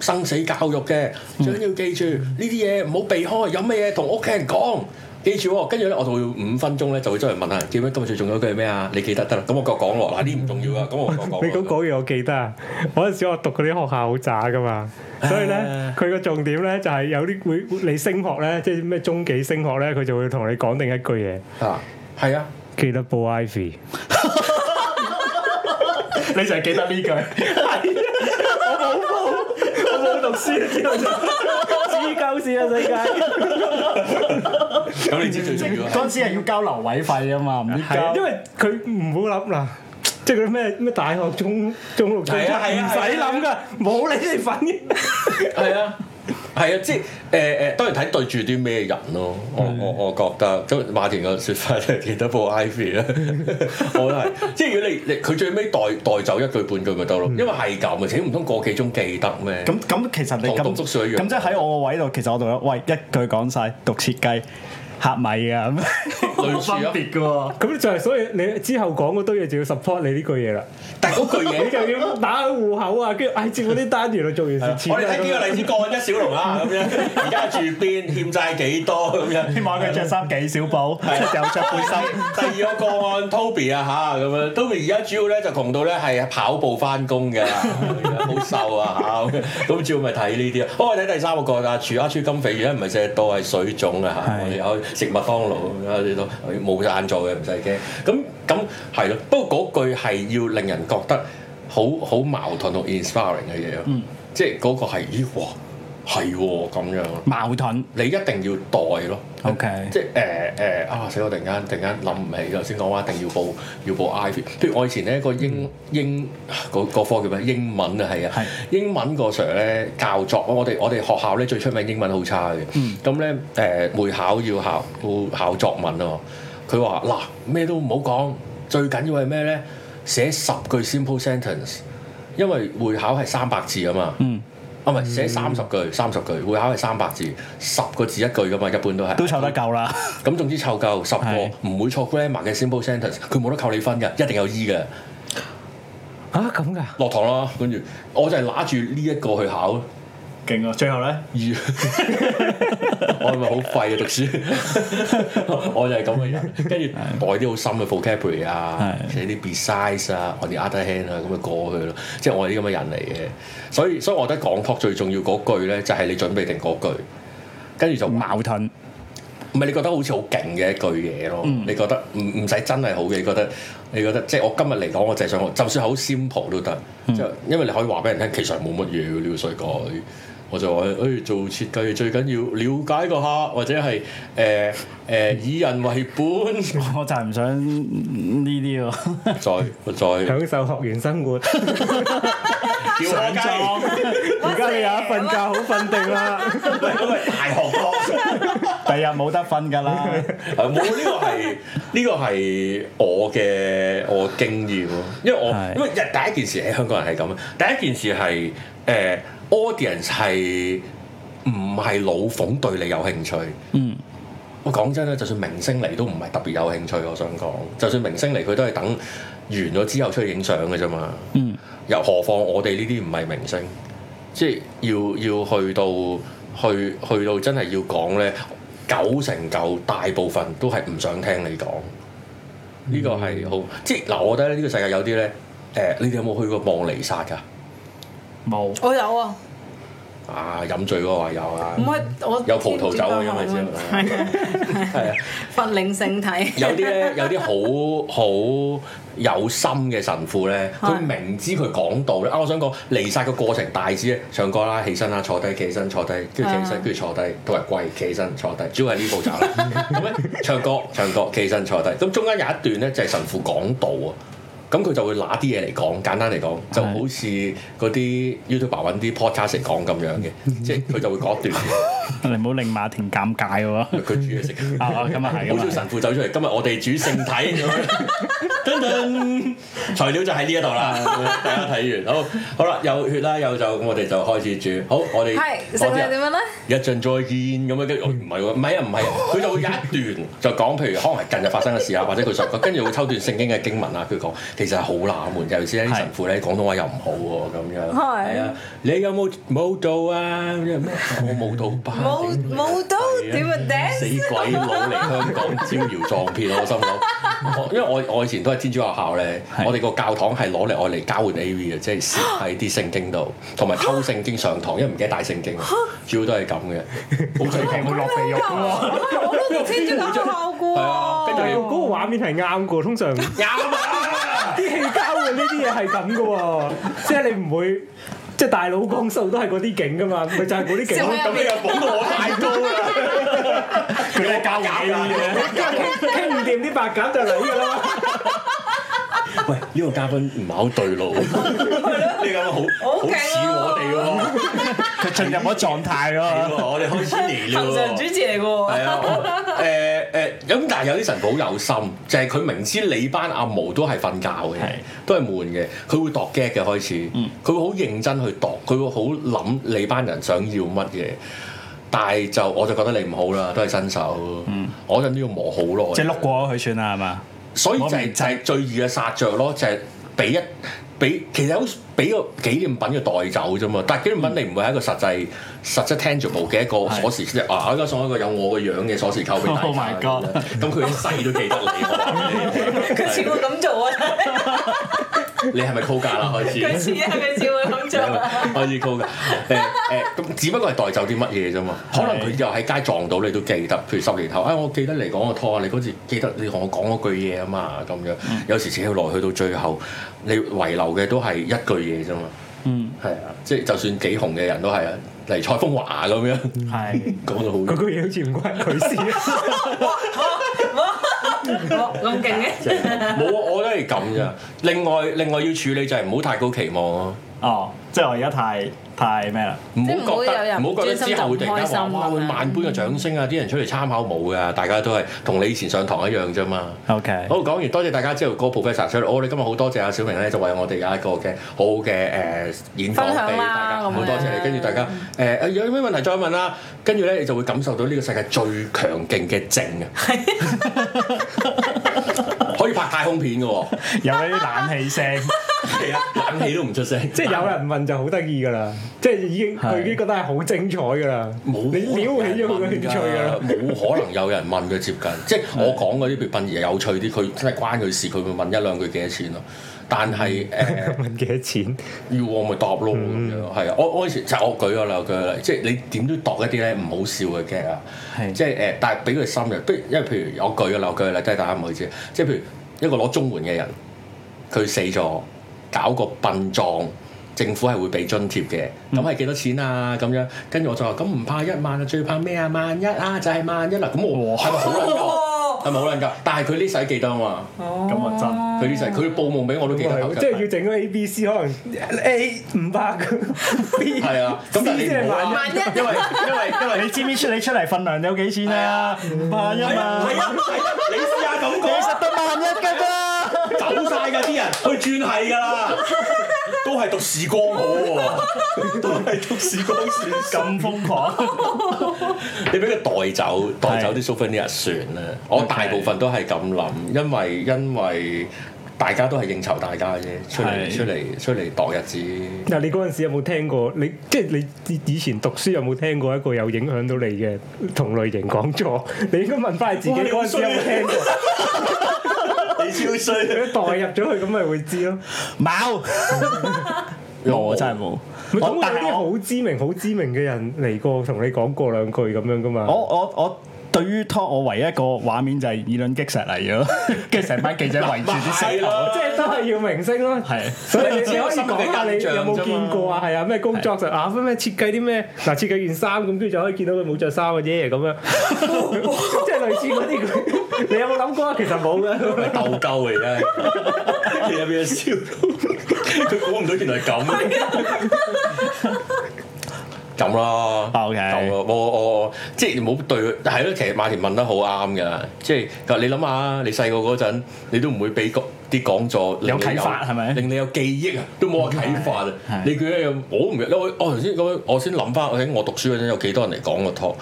生死教育嘅，
嗯
最緊要記住呢啲嘢唔好避開，有咩嘢同屋企人講。記住喎，跟住咧我就會五分鐘咧就會周圍問下人，記唔記得今日最重要嗰句係咩啊？你記得得啦，咁我夠講咯。嗱，呢唔重要啊，咁我夠講。
(laughs) 你咁講嘢我記得啊！嗰陣時我讀嗰啲學校好渣噶嘛，所以咧佢個重點咧就係有啲會你升學咧，即係咩中幾升學咧，佢就會同你講定一句嘢，
啊，係啊，
記得報 (laughs) Ivy。
你就係記得呢句，
我冇讀書，之後就知鳩屎啊世界！
咁你知最重要啊。
嗰陣時係要交留位費啊
(laughs)
嘛，唔知交。
因為佢唔好諗啦。即係嗰啲咩咩大學中中六中七
係啊係
唔
啊
使諗噶，冇你哋份嘅。
係啊，係啊，即係誒誒，當然睇對住啲咩人咯。我我我覺得，咁馬田個説法真係見得過 Ivy 啦。啊 (laughs) 我都係，即係如果你你佢最尾代代走一句半句咪得咯，因為係咁嘅，且唔通個幾鐘記得咩？
咁咁其實你
同
咁
讀書一樣
咁即係喺我個位度，其實我度有喂一句講晒讀設計嚇米啊 (laughs) 咁，
類
冇
似
分
啊
別嘅喎。
咁就係所以你之後講嗰堆嘢就要 support 你呢句嘢啦，
但係嗰句
你
嘢
就要打開戶口啊，跟住唉接嗰啲單原來做完蝕錢
我哋
啊
睇幾個例子個案一小龍啦，咁樣而家住邊欠債幾多咁樣。
希望佢着衫幾小布，又着背心。
第二個個案 Toby 啊嚇咁樣，Toby 而家主要咧就窮到咧係跑步翻工嘅，好瘦啊嚇咁，主要咪睇呢啲啊。哦，睇第三個個啊，廚阿廚金肥而家唔係食到係水腫啊嚇，
係
我哋有食麥當勞咁樣呢度冇贊助嘅，唔使驚。咁咁係咯，不過嗰句係要令人覺得好好矛盾同 inspiring 嘅嘢咯，即係嗰個係咦哇係喎咁樣，
矛盾
你一定要代咯。
，OK，
即係誒誒啊！死我突然間突然間諗唔起，頭先講話一定要報要報 Ivy。譬如我以前咧個英英啊嗰嗰科叫咩？英文啊，係啊
係，
英文個 Sir 咧教作，我哋我哋學校咧最出名英文好差嘅。
嗯
咁咧誒會考要考要考作文啊。佢話嗱咩都唔好講，最緊要係咩咧？寫十句 simple sentence，因為會考係三百字啊嘛。
嗯，
啊唔係寫三十句，三十句會考係三百字，十個字一句噶嘛，一般都係。
都湊得夠啦。
咁總之湊夠十
係
個唔會錯 grammar 嘅 simple sentence，佢冇得扣你分嘅，一定有 E 嘅。
嚇咁㗎，
落堂啦，跟住我就係揦住呢一個去考咯。
勁啊！最後咧，
E，我係咪好廢啊讀書？ (laughs) 我就係咁嘅人，跟住袋啲好深嘅 vocabulary 啊，
係
寫啲 besides 啊，我哋 other hand 啊，咁就過去咯。即係我係啲咁嘅人嚟嘅，所以所以我覺得講 talk 最重要嗰句咧，就係你準備定嗰句，跟住就
矛盾
唔係你覺得好似好勁嘅一句嘢咯？你覺得唔唔使真係好嘅，你覺得你覺得即係我今日嚟講，我就係想學，就算係好 simple 都得，即係、因為你可以話俾人聽，其實冇乜嘢嘅呢個世界。我就話誒、哎做設計最緊要了解個客，或者係誒誒以人為本，
我就係唔想呢 (laughs) 啲喎。
再再
享受學員
(laughs)
生活。
叫我雞。
而家你有一瞓覺好瞓
(laughs)
定啦，
喂喂喂大學哥，
第日冇得瞓㗎啦。
啊冇呢個
(laughs)
係呢個係我嘅我經驗咯，因為我
係
因為第一件事喺香港人係咁，啊第一件事係誒、呃 audience 係唔係老馮對你有興趣？
嗯，
我講真咧，就算明星嚟都唔係特別有興趣，我想講，就算明星嚟佢都係等完咗之後出去影相嘅啫嘛。
嗯，
又何況我哋呢啲唔係明星，即係要要去到去去到真係要講咧，九成九大部分都係唔想聽你講。呢個係好，即係嗱，我覺得呢個世界有啲咧，誒、你哋有冇去過望彌撒㗎？
冇。
我有啊，
啊，飲醉嗰個話有啊
唔，係我
有葡萄酒啊，因為之後係啊。
佛靈聖體，
有啲咧，有啲好好有心嘅神父咧，
係
佢明知佢講道咧，啊，我想講離晒個過程大致咧，唱歌啦，起身啦，坐低，企起身，坐低，跟住企起身，
啊
跟住坐低，同埋跪，企起身，坐低，主要係呢步驟
(laughs)
啦。咁咧，唱歌，唱歌，企起身，坐低。咁中間有一段咧，就係神父講道啊。咁佢就會拿啲嘢嚟講，簡單嚟講，就好似嗰啲 YouTube 揾啲 podcast 嚟講咁樣嘅，即係佢就會講一段嘢，
你唔好令馬田尷尬 (laughs) 喎。啊
佢煮嘢食。
咁
(laughs)
啊係，
好
咁啊
少
係
神父走出嚟，今日我哋煮聖體
(laughs)
咁樣，噔噔，材料就喺呢一度啦。咁樣大家睇完，好好啦，有血啦，有就咁，我哋就開始煮。好，我哋
係
我
聖體
哋
點啊樣咧？
一陣再見咁樣，跟住哦唔係喎，唔係啊，唔係啊，佢就會有一段就講，譬如可能係近日發生嘅事啊，或者佢想講，跟住會抽段聖經嘅經文啊，佢講其實係好冷門，尤其是呢啲神父咧廣東話又唔好喎，咁樣
係
啊，你有冇冇到啊？咁樣咩？我冇到吧？
冇冇到點啊
死
頂！
鬼佬嚟香港招搖撞騙，我心諗，我因為我我以前都係天主教校咧，
係
我哋個教堂係攞嚟我嚟交換 A V 嘅，即係攝喺啲聖經度，同埋偷聖經上堂，因為唔記得帶聖經，啊主要都係咁嘅，好正
會落地獄㗎喎。
我都天主教學校噶
係啊跟住
但係
你
喎，
嗰個畫面係啱嘅喎，通
(laughs)
常。
啱啊！
啲氣交嘅呢啲嘢係咁嘅喎，即係你唔會，即係大佬講數都係嗰啲景噶嘛，咪就係嗰啲景
笑
咯
咩。
咁你又捧到我太高啦，
佢哋教
搞
嘅
㗎。
傾唔掂啲白鴿就嚟㗎啦嘛，
喂，呢個嘉賓唔係好對路，你咁樣好
好
好
勁
似
啊
我哋喎。
佢就進入咗狀態
係喎
咯。
(laughs) 我哋開始嚟啦
行上主
喎。
持嚟嘅喎
係。 (laughs) 啊，我誒誒咁，但係有啲神父好有心，就係佢明知你班阿毛都係嗯瞓覺嘅
係，
都係悶嘅，佢會度 get 嘅開始，佢會好認真去度，佢會好諗你班人想要乜嘢，但係就我就覺得你唔好啦，都係新手，我陣都要磨好耐，
即係碌過咗佢算啦，係嘛？
所以就
我
係、
明
就係最易嘅殺着咯，就係、俾一俾其實好似俾個紀念品嘅代酒啫嘛，但係紀念品你唔會係一個實際實質 tangible 嘅一個鎖匙，即係啊，我而家送一個有我嘅樣嘅鎖匙扣俾大家
Oh my god
咁佢一世都記得你我話
佢似會咁做啊！
俾你，你係咪高價啦開始？
佢似啊！佢似會
(laughs)
咁做啊！
開始高㗎，誒誒，咁只不過係代就啲乜嘢啫嘛，可能佢又喺街撞到你都記得，譬如十年後，啊、我記得你講個拖啊，你嗰次記得你同我講嗰句嘢啊嘛，咁樣，有時扯落去到最後，你遺留嘅都係一句嘢啫嘛，
嗯，
係啊，即係就算幾紅嘅人都係啊，例如蔡風華咁樣，
係。
(laughs) 講到好
嗰句嘢好似唔關佢事啊！
哇咁勁嘅，
冇啊，我都係咁 (laughs) 咋。另外另外要處理就係唔好太高期望咯。
哦，即係我而家太太咩啦？
唔
即係
好
唔會
覺
有
得
人
唔好覺得之後會突然間話
專心就唔開心
哇
咁
會
樣
萬般嘅掌聲啊！啲人出嚟參考冇㗎，大家都係同你以前上堂一樣啫嘛。
OK，
好講完，多謝大家之後個 professor 出嚟，我哋今日好多謝阿小明咧，就為我哋有一個嘅好嘅誒、呃演講
分享啦
俾大家，好
咁樣
多謝你。跟住大家誒、呃有咩問題再問啦，跟住咧你就會感受到呢個世界最強勁嘅靜
(laughs)
啊！可以拍太空片嘅喎，
有嗰啲冷氣聲，
係啊，冷氣都唔出聲，
(laughs) 即係有人問就好得意噶啦，即係已經
係
佢已經覺得係好精彩噶啦，
冇
你撩起咗佢嘅興趣噶啦。
冇可能有人問佢接近，即係我講嗰啲譬如殯儀有趣啲，佢真係關佢事，佢會問一兩句幾多錢咯。但係誒、
問幾多錢？
要我咪答咯咁樣，係啊！我我以前就我舉個例舉個例，即係你點都度一啲咧唔好笑嘅 gag 啊，
係
即係誒，但係俾佢深入，不如因為譬如我舉個例舉個例，即係大家唔好意思，即係譬如一個攞綜援嘅人，佢死咗，搞個殯葬。政府係會俾津貼嘅，咁係幾多錢啊？咁樣，跟住我就話：咁唔怕一萬啊，最怕咩啊？萬一啊，就係、萬一啦、咁我係咪好撚鳩？係咪好撚鳩？但係佢呢世記得啊嘛，
咁啊真。
佢呢世佢報夢俾我都記
即
得口罩。
係要整個 A、B、C，可能 A 五百，B
係啊，咁但係你唔好啊，
萬一
因為因為因為
你知唔知出你出嚟份糧有幾錢啊？五百一嘛，
係啊，係啊你試下咁
其
講，
實得萬一㗎啫。
走晒㗎啲人去轉係㗎啦，都係讀時光好喎，都係讀時光算數。
咁瘋狂，
你俾佢代走，代走啲 souvenir 算啦。我
OK
大部分都係咁諗，因為因為大家都係應酬大家啫，出嚟
係
出嚟出嚟度日子。
嗱，你嗰陣時有冇聽過？你即係你以前讀書有冇聽過一個有影響到你嘅同類型講座？ (laughs) 你應該問翻你自己
哇你好
嗰陣時有冇聽過？
你超衰，
你代入咗佢咁咪會知咯。
(laughs) 冇冇啊真係冇。
咪總
我
會
但
有
係
啲
我
好知名、好知名嘅人嚟過同你講過兩句咁樣噶嘛？
我我我對於拖我唯一一個畫面就係以卵擊石嚟咗， (laughs) 跟住成班記者圍住啲石頭，
即係都係要明星咯。
係
所以你可以講下你有冇見過啊？係啊，咩工作就啊咩設計啲咩嗱設計件衫咁，跟住就可以見到佢冇着衫嘅啫咁樣，即係類似嗰啲佢。你有冇諗過啊？其實冇嘅。
鬥鳩啊嚟啫，你有邊笑？佢估唔到原來係咁。啊咁啦
啊 OK
咁咯，我我我即係唔好對佢，係咯，其實馬田問得好啱㗎，即係佢話你諗下，你細個嗰陣，你都唔會俾個啲講座令你
有啟發係咪
令你有記憶啊，都冇話啟發啊！
係
你記得有我唔記得，我我頭先講，我先諗翻，我喺我讀書嗰陣有幾多人嚟講個 talk，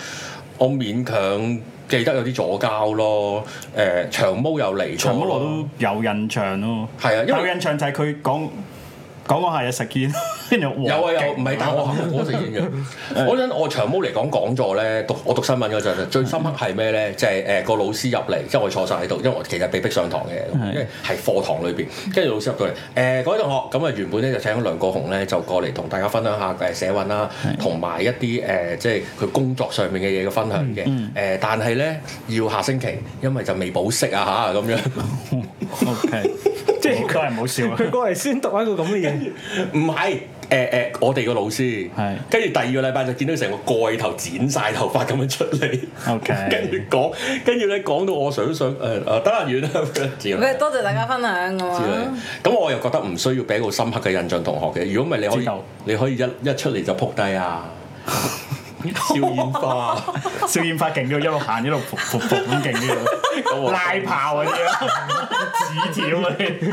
我勉強記得有啲左交咯，誒、長毛又嚟過
長毛我都有印象咯。
係啊因為
有印象就係佢講講講下嘢食煙，跟住
有啊有，
哇
唔係，但我行我食煙嘅。
(laughs)
(laughs) 嗰陣我長毛嚟講講座咧，讀我讀新聞嗰陣，啊
嗯
最深刻係咩咧？就係誒個老師入嚟，即係我坐晒喺度，因為我其實被逼上堂嘅，
係
因為係課堂裏邊。跟住老師入到嚟，誒各位同學，咁啊原本咧就請梁國雄咧就過嚟同大家分享下誒社運啦，同埋一啲誒即係佢工作上面嘅嘢嘅分享嘅。
嗯
誒但係咧要下星期，因為就未保釋啊嚇咁樣。
OK，即 (laughs) 係都係唔好笑啊。 (laughs)
佢過嚟先讀一個咁嘅嘢，
唔係，誒誒，我哋個老師
係，
跟住第二個禮拜就見到成個蓋頭剪晒頭髮咁樣出嚟
OK
(laughs) 跟住講，跟住咧講到我想想誒誒得啦遠啦咁樣之類
佢多謝大家分享咁
之類
啊！，
咁我又覺得唔需要俾一個深刻嘅印象同學嘅，如果唔係你可
知
以
道 (laughs)
你可以一一出嚟就撲低啊，笑煙花，
笑煙花勁啲，一路行一路噗噗噗咁勁啲，啊拉炮嗰啲啊，紙條嗰啲，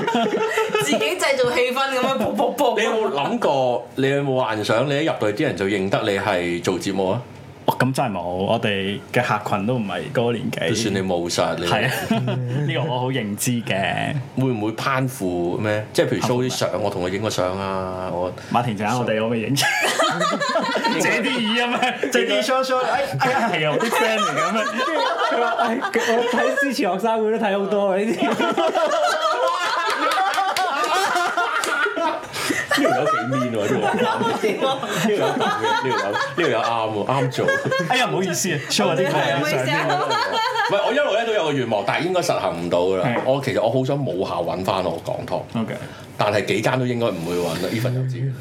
自己製造氣氛咁樣噗噗噗。
你有冇諗過？你有冇幻想你一入到去啲人就認得你係做節目啊？
哦咁真係冇，我哋嘅客群都唔係嗰個年
就算
紀，
你冇殺你，
係啊， (laughs) 呢個我好認知嘅。
會唔會攀附咩？即係譬如
啊
show 啲相，我同佢影個相啊，我
馬田陣間我哋可唔可以影？ (laughs) 借啲耳啊咩？ (laughs) 借啲 show show，哎哎呀係啊，我啲 friend 嚟嘅咩？
佢話：唉，佢我睇支持學生會都睇好多啊嘅呢啲，
呢條友幾 mean 喎，呢條友呢條友咁嘅，呢條友呢條友啱喎，啱做。
哎呀唔好意思啊，show 下啲
唔好意
相
思
先。
啊，
唔係，我一路咧都有個願望，但係應該實行唔到噶啦
係。
我其實我好想母校揾翻我港堂，
OK，
但係幾間都應該唔會揾啦。呢份有資源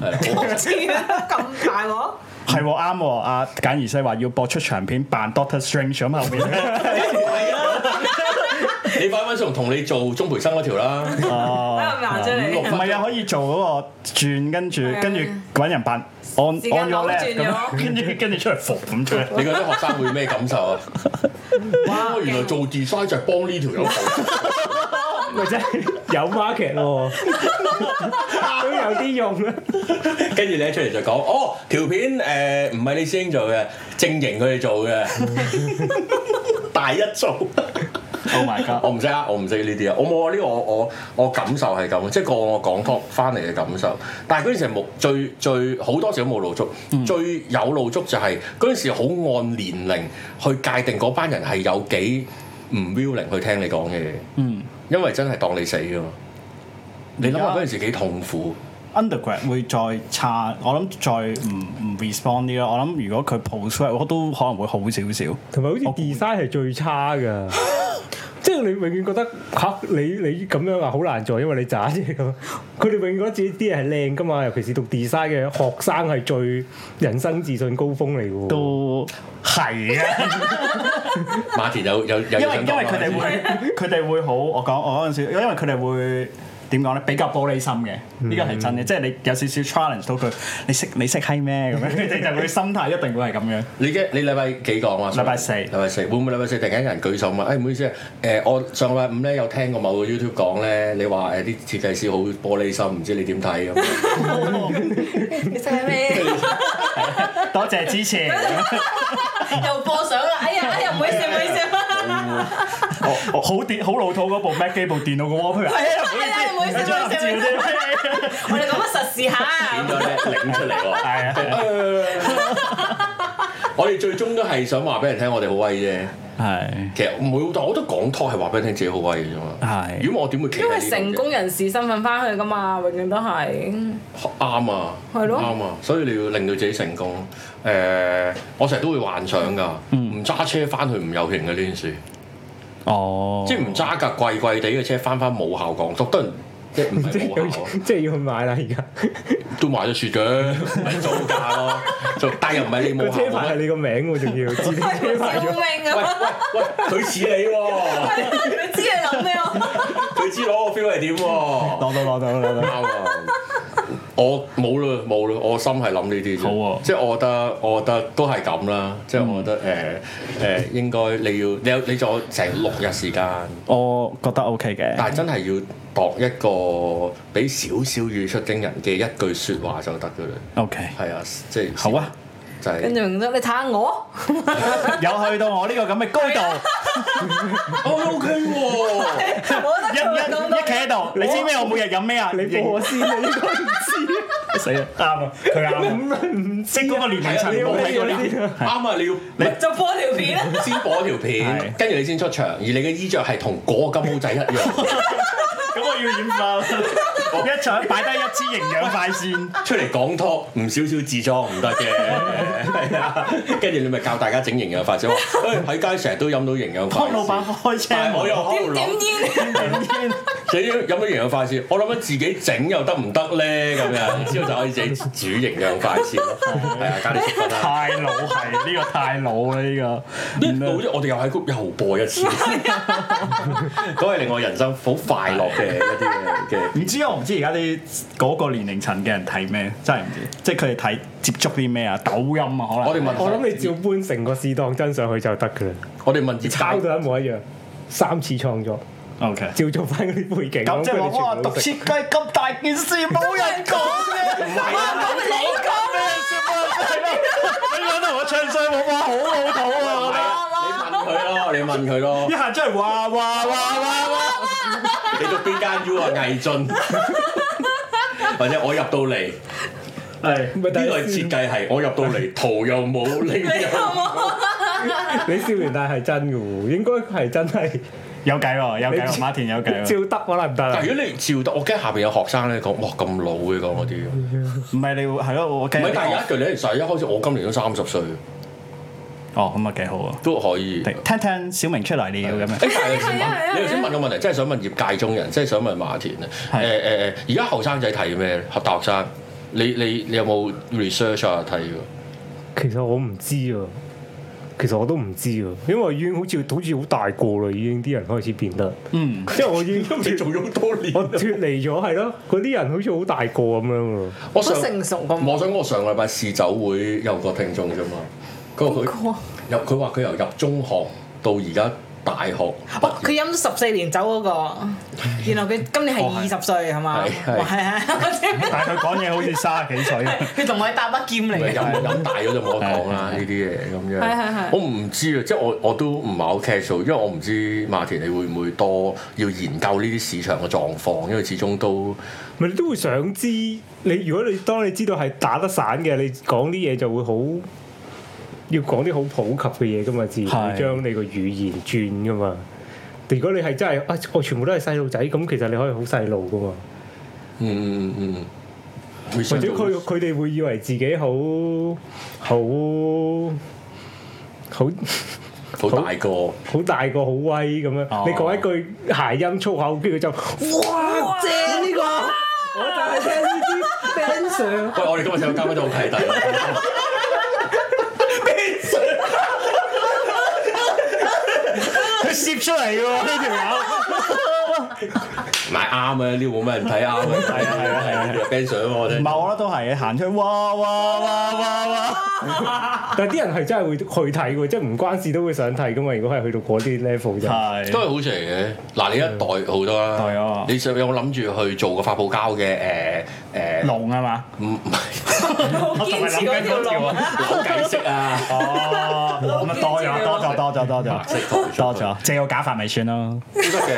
係啦我
咁大鑊，
係喎啱喎，阿簡怡西話要播出長片扮 Doctor Strange 咁後面咧，
你快揾上同你做中培生嗰條啦，
哦。
咁難啫
啊五六
你。
唔係啊，可以做嗰個轉，跟住跟住揾人扮按按
啊時間
咗
扭
咧，
轉咗
咁跟住跟住出嚟服咁出嚟。
你覺得學生會咩感受啊？哇！原來做 design 就係幫呢條友做，
咪真係有 market 喎， (laughs) 都有啲用啊！
跟住你一出嚟就講，哦條片誒唔係你師兄做嘅，正營佢哋做嘅，大一做。
Oh my
我
god！
唔識啊，我唔識呢啲啊，我冇啊，呢個我我我感受係咁，啊即係個我講託翻嚟嘅感受。但係嗰陣時係冇最最好多時都冇露足，
嗯
最有露足就係嗰陣時好按年齡去界定嗰班人係有幾唔 willing 去聽你講嘢，
嗯
因為真係當你死㗎嘛。你諗下嗰陣時幾痛苦，
，undergrad 會再差，我諗再唔唔 respond 啲咯。我諗如果佢 post 我都可能會好少少。
同埋好似 design 係最差㗎，
(laughs)
即係你永遠覺得嚇、你你咁樣啊好難做，因為你渣啫咁。佢哋永遠覺得自己啲嘢係靚㗎嘛，尤其是讀 design 嘅學生係最人生自信高峰嚟㗎喎。
都係啊， (laughs)
馬田有有有嘢
因為
想
因
講啊
為佢哋會佢哋會好，我講我嗰陣時，因為佢哋會點講咧，比較玻璃心嘅，呢個係真嘅，即係你有少少 challenge 到佢，你識你識閪咩 (laughs) 咁樣，佢哋就會心態一定會係咁樣。
你嘅你禮拜幾講啊？
禮拜四
禮拜四會唔會禮拜四突然間有人舉手問？誒、唔好意思啊，誒、我上禮拜五咧有聽過某個 YouTube 講咧，你話誒啲設計師好玻璃心，唔知你點睇咁？
你食咩？
多謝支持。
(laughs)
(laughs)
又播相啦！哎呀哎呀，唔好意思唔好意思。
我好電好老土嗰部 Mac 機部電腦個 wallpaper，係啊，
哦係啊
(laughs)
唔好意思
有張合照
唔好意思唔好
啲，
我哋講乜實事
點
下。
解咧領出嚟
(laughs)
喎？
係啊啊係啊
(laughs) 我哋最終都係想話俾人聽，我哋好威啫。
(laughs) 係
其實唔會，但我覺得講拖係話俾人聽自己好威嘅啫嘛。
係
如果唔係我點會企喺
因為
呢度啫
成功人士身份翻去噶嘛，永遠都係。
啱啊，
係咯
啱啊，所以你要令到自己成功。誒、我成日都會幻想㗎，
嗯
唔揸車翻去唔有型嘅呢件事。
哦，
即係唔揸架貴貴地嘅車翻翻母校港督，當然即係唔
即
係
係
母校啊
佢即係要去買啦而家，
都買咗雪嘅，咪造價咯，就但又唔係你母
個
校
車
冇
牌係
乜。
你個名喎，仲要自
(laughs)
己車牌
小
咗。
明
(laughs) 喂
啊，
喂喂，佢似你喎，
你知你諗咩啊？
佢知攞個 feel 係點喎？
攞到攞到攞到，
啱啊！我冇啦冇啦，我心係諗呢啲啫。
好喎
即係我覺得，我覺得都係咁啦。即係我覺得誒誒，應該你要你有你仲有成六日時間，
嗯我覺得 OK 嘅，
但係真係要度一個俾少少語出驚人嘅一句説話就得㗎啦。
OK，
係啊，即係
好啊，
就係、
(laughs) 跟住明咗，你睇下我，
(laughs)
有去到我呢個咁嘅高
啊
度，
O K (laughs) 喎，
我
一
覺得做到
一
咁
一企喺
多。
度，你知咩？我每日飲咩啊？
你播我先啊！呢個唔
(laughs) 認死啊！啱啊，佢啱啊，(laughs)
唔
即係啊嗰個年齡層
你要
冇睇過呢啲。
啱啊！你要你
就播條片啊
(laughs)
啦，
先播條片，
係
跟住你先出場，而你嘅衣着係同嗰個金毛仔
(laughs)
一樣，
咁我要染髮， (laughs) 一場擺低一支營養快線，
出嚟講拖唔少少自裝唔得嘅，係啊！跟住你咪教大家整營養快哎線，話誒喺街成日都飲到營養快線，
幫老闆開車
但係我又
門，
喺度
點
諗，
點煙，
點煙
你飲咗營養快線，我諗緊自己整又得唔得咧？咁樣之後就可以自己煮營養快線咯。係啊，加啲粟粉啦。
太老係呢個太老啦呢個，
呢度我哋又喺 group 又播一
(laughs)
次，
啊
(laughs) 都係令我人生好快樂嘅
啊
一啲嘅嘅。
唔知我啊唔知而家啲嗰個年齡層嘅人睇咩，真係唔知，即係佢哋睇接觸啲咩啊，抖音啊可能。
我哋問，
我諗你照搬成個試當真上去就得噶啦，
我哋問葉
抄
太，
到一模一樣，三次創作，
O K。
照做翻嗰啲背景，
咁即係話
係
哇，讀設計咁大件事冇人講嘅，唔係啊，
我你講咩？
你講到我唱衰我哇，好老土啊！我覺得
你問佢咯，你問佢咯
一。
(laughs)
下真係哇哇哇哇哇，
你讀邊間 U 啊？魏俊， (laughs) 或者我入到嚟呢
係
個係設計係，我入到嚟圖又冇，
(laughs)
你
你
又
好冇？
你笑完但係真嘅喎，應該係真係
有計喎，有計喎，馬田有計喎，
照得可能唔得啦
但。如果你照得，我驚下邊有學生咧講，哇咁老嘅講嗰啲。唔
唔係你會係咯，我計
係，但係有一句你其實一開始，我今年都三十歲，
哦，咁啊幾好啊，
都可以。誒，
聽聽小明出嚟了咁樣。 (laughs)
但係你頭
係啊係啊
先問你頭先問個問題，真係想問業界中人，即係想問馬田啊。誒
係
誒誒，而家後生仔睇咩咧？大學生，你你你有冇 research 啊睇㗎？
其實我唔知啊，其實我都唔知啊，因為已經好似好似好大個啦，已經啲人開始變得，
嗯，
即係我
(laughs)
已經
你做咗好多年
我脱離咗係咯，嗰啲人好似好大個咁樣咯。
我
好成熟咁
我想講我上禮拜試酒會有個聽眾啫嘛，佢話佢
個啊
入佢話佢由入中學到而家大學
哦
畢業，
佢飲咗十四年酒嗰個，然後佢今年係
哦
二
係
十歲係嘛？
係係
哇係 (laughs) 係。
但係佢講嘢好似卅幾 (laughs) 歲咁。
佢同我哋搭把劍嚟
咪
嘅。
飲飲大咗就冇得講啦呢啲嘢咁
啊係係
樣
係。
我唔知啊，即係我我都唔係好 casual，因為我唔知馬田你會唔會多要研究呢啲市場嘅狀況，因為始終都
咪你都會想知，你如果你當你知道係打得散嘅，你講啲嘢就會好要講啲好普及嘅嘢噶嘛，自然
係
會將你個語言轉噶嘛。如果你係真係啊，我全部都係細路仔，咁其實你可以好細路噶嘛。
嗯嗯嗯嗯，
或者佢佢哋會以為自己好好好 (laughs)
好大個。
好大個好威咁樣，
哦
你講一句諧音粗口，跟住佢就哇正呢、個，我就係聽呢啲 Ben Sir。
喂，我哋今日請個嘉賓都好契弟喎。
佢攝出嚟嘅喎呢條友。
唔係啱啊！呢個冇乜人睇啱啊！係啊係啊係 (laughs) 啊，band 相我
唔
哋。
係，我覺得都係嘅，行出去哇哇哇哇哇！
但係啲人係真係會 (laughs) 去睇喎，即係唔關事都會想睇噶嘛。如果係去到嗰啲 level 就
都
係
係好事嚟嘅，嗱你一代好多
代
啦
啊，
你上有冇諗住去做個發泡膠嘅誒誒，
龍啊嘛，
唔唔係 (laughs)
好堅持嗰條路啊！
扭計式啊，
哦，咁啊多咗多咗多咗多咗多咗，借個假髮咪算 (laughs) 咯，
都得嘅，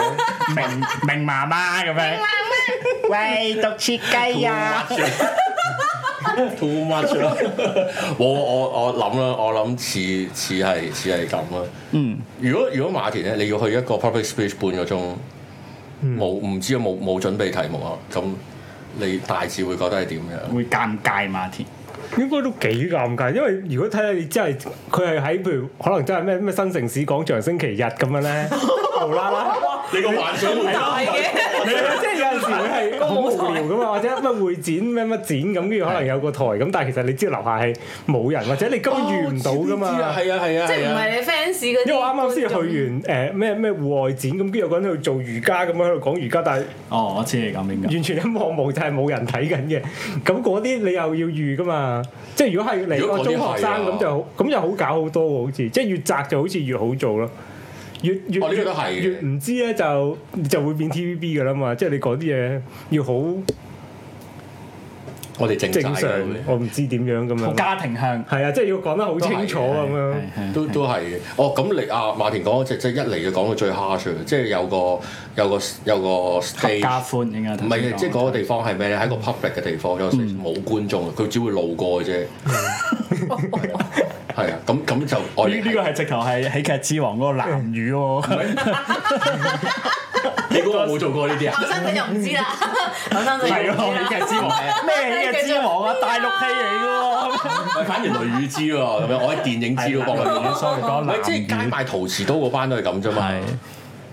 明明媽媽咁樣，喂，讀設計啊，
too much 咯。 (laughs) 我我我諗啦，我諗似似係似係咁啦。
嗯，
如果如果馬田咧，你要去一個 public speech 半個鐘，冇唔知有冇冇準備題目啊？咁你大致 (laughs) 會覺得係點樣？
會尷尬嘛田，
應該都幾尷尬，因為如果睇下你真係佢係喺譬如可能真係咩咩新城市廣場星期日咁樣咧，無啦啦。
你個幻想會
大嘅，
你即係有陣時佢 (laughs) 係好無聊噶嘛，或者乜會展咩乜展咁，跟住可能有個台咁，但係其實你知道樓下係冇人，或者你根本遇唔到噶
知啊
嘛。
係啊係啊，
即係
係
唔
啊
係你 fans 嗰啲？
因為我啱啱先去完誒咩咩戶外展，咁跟住有個人喺度做瑜伽咁樣喺度講瑜伽，但係
哦，我知你講邊個，
完全一望冇就係冇人睇緊嘅。咁嗰啲你又要預噶嘛？即係如果係嚟
如
個
果嗰啲
中學生
係啊
咁就好，咁又好搞好多喎，好似即係越窄就好似越好做咯。越越
哦呢個都係嘅
越唔知咧就就會變 TVB 噶啦嘛，即係你講啲嘢要好。
我哋正
正
常
常，我唔知點樣咁
嗯
好
樣。
家庭向，
係啊，即係要講得好清楚咁樣。
都都係嘅。哦，咁你啊馬田講嗰只即係一嚟就講到最 harsh，即係啊有個有個有個
合
stage。
家歡應該
唔係嗯嘅，即係嗰個地方係咩咧？喺個 public 嘅地方，有個 stage 冇觀眾嘅，佢只會路過嘅 (laughs) 啫。係啊，咁咁就我
呢
哋
呢個係直頭係喜劇之王嗰個男語喎，
你估我冇做過呢啲
(laughs)
啊？
後生仔就唔知啦，後生仔
係
就唔
喎，喜劇
啊知啦。
之王咩喜劇之王啊？大陸戲嚟嘅喎。
喂反而雷雨知喎，咁樣我喺電影知嗰個。
啊
啊
sorry 講
唔係即係街賣陶瓷刀嗰班都係咁啫嘛
啊係。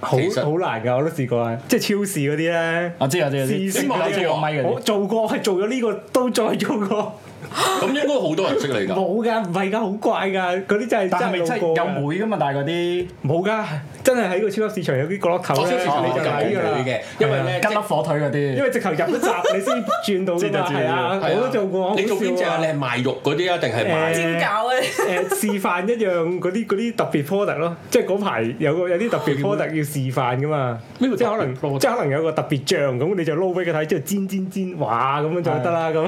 好
其實
好難㗎，我都試過啊，即係超市嗰啲咧。
我知我知我知，
試
即係
試
攞住個咪嗰
我
啲，
做過，係做咗呢個，都再做過，
咁應該好多人識你㗎。
冇㗎，唔係㗎，好怪㗎，嗰啲真係
但係咪真
真係
係
路過
有
㗎
妹噶嘛？但係嗰啲
冇㗎，真係喺個超級市場有啲角落頭
哦我超
咧，
市場
你
你就
就睇㗎
冇
啦啊
佢。嘅，因為咧
吉粒火腿嗰
因
啲，
為直頭入咗閘，你先轉到㗎
知道
嘛，
知道
係啊，
係啊
我都做過。
你做邊只啊？你係賣肉嗰啲啊，定係賣？
誒
尖搞啊！
誒示範一樣嗰啲嗰啲特別 product 咯，即係嗰排有個有啲特
(laughs)
別 product 要示範噶嘛，
咩叫
即係可
特別 product？
能即係可能有個特別醬咁，你就撈俾佢睇，之後煎煎煎，哇咁樣就得啦咁，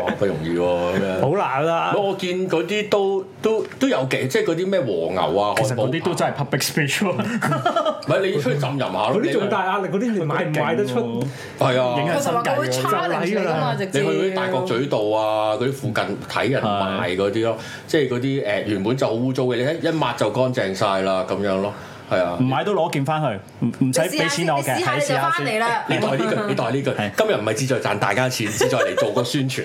哇，不容易喎咁樣。
好難啦
我。我見嗰啲都都都有嘅，即係嗰啲咩和牛啊，
其實
漢堡
嗰啲都真係 public speech 喎，
(laughs)
唔係你出去浸淫下咯。
嗰啲
你
仲大壓力，嗰啲你買唔買得出？
係啊，
影
佢就話佢會
就
嚟
challenge 你
㗎
㗎
啦
嘛，直接。
你去嗰啲大角咀道啊，嗰啲附近睇人賣嗰啲咯，即係嗰啲誒原本就好污糟嘅，你一一抹就乾淨晒啦咁樣咯，係啊
唔。買都攞件翻去，唔唔使
你試
俾
下先，
錢
你
我嘅，
試下
睇
你
試
就
下
翻嚟
(laughs) 先。
啦。
你代呢句，你代呢句
係，
今日唔係志在賺大家錢，志在嚟做個宣傳。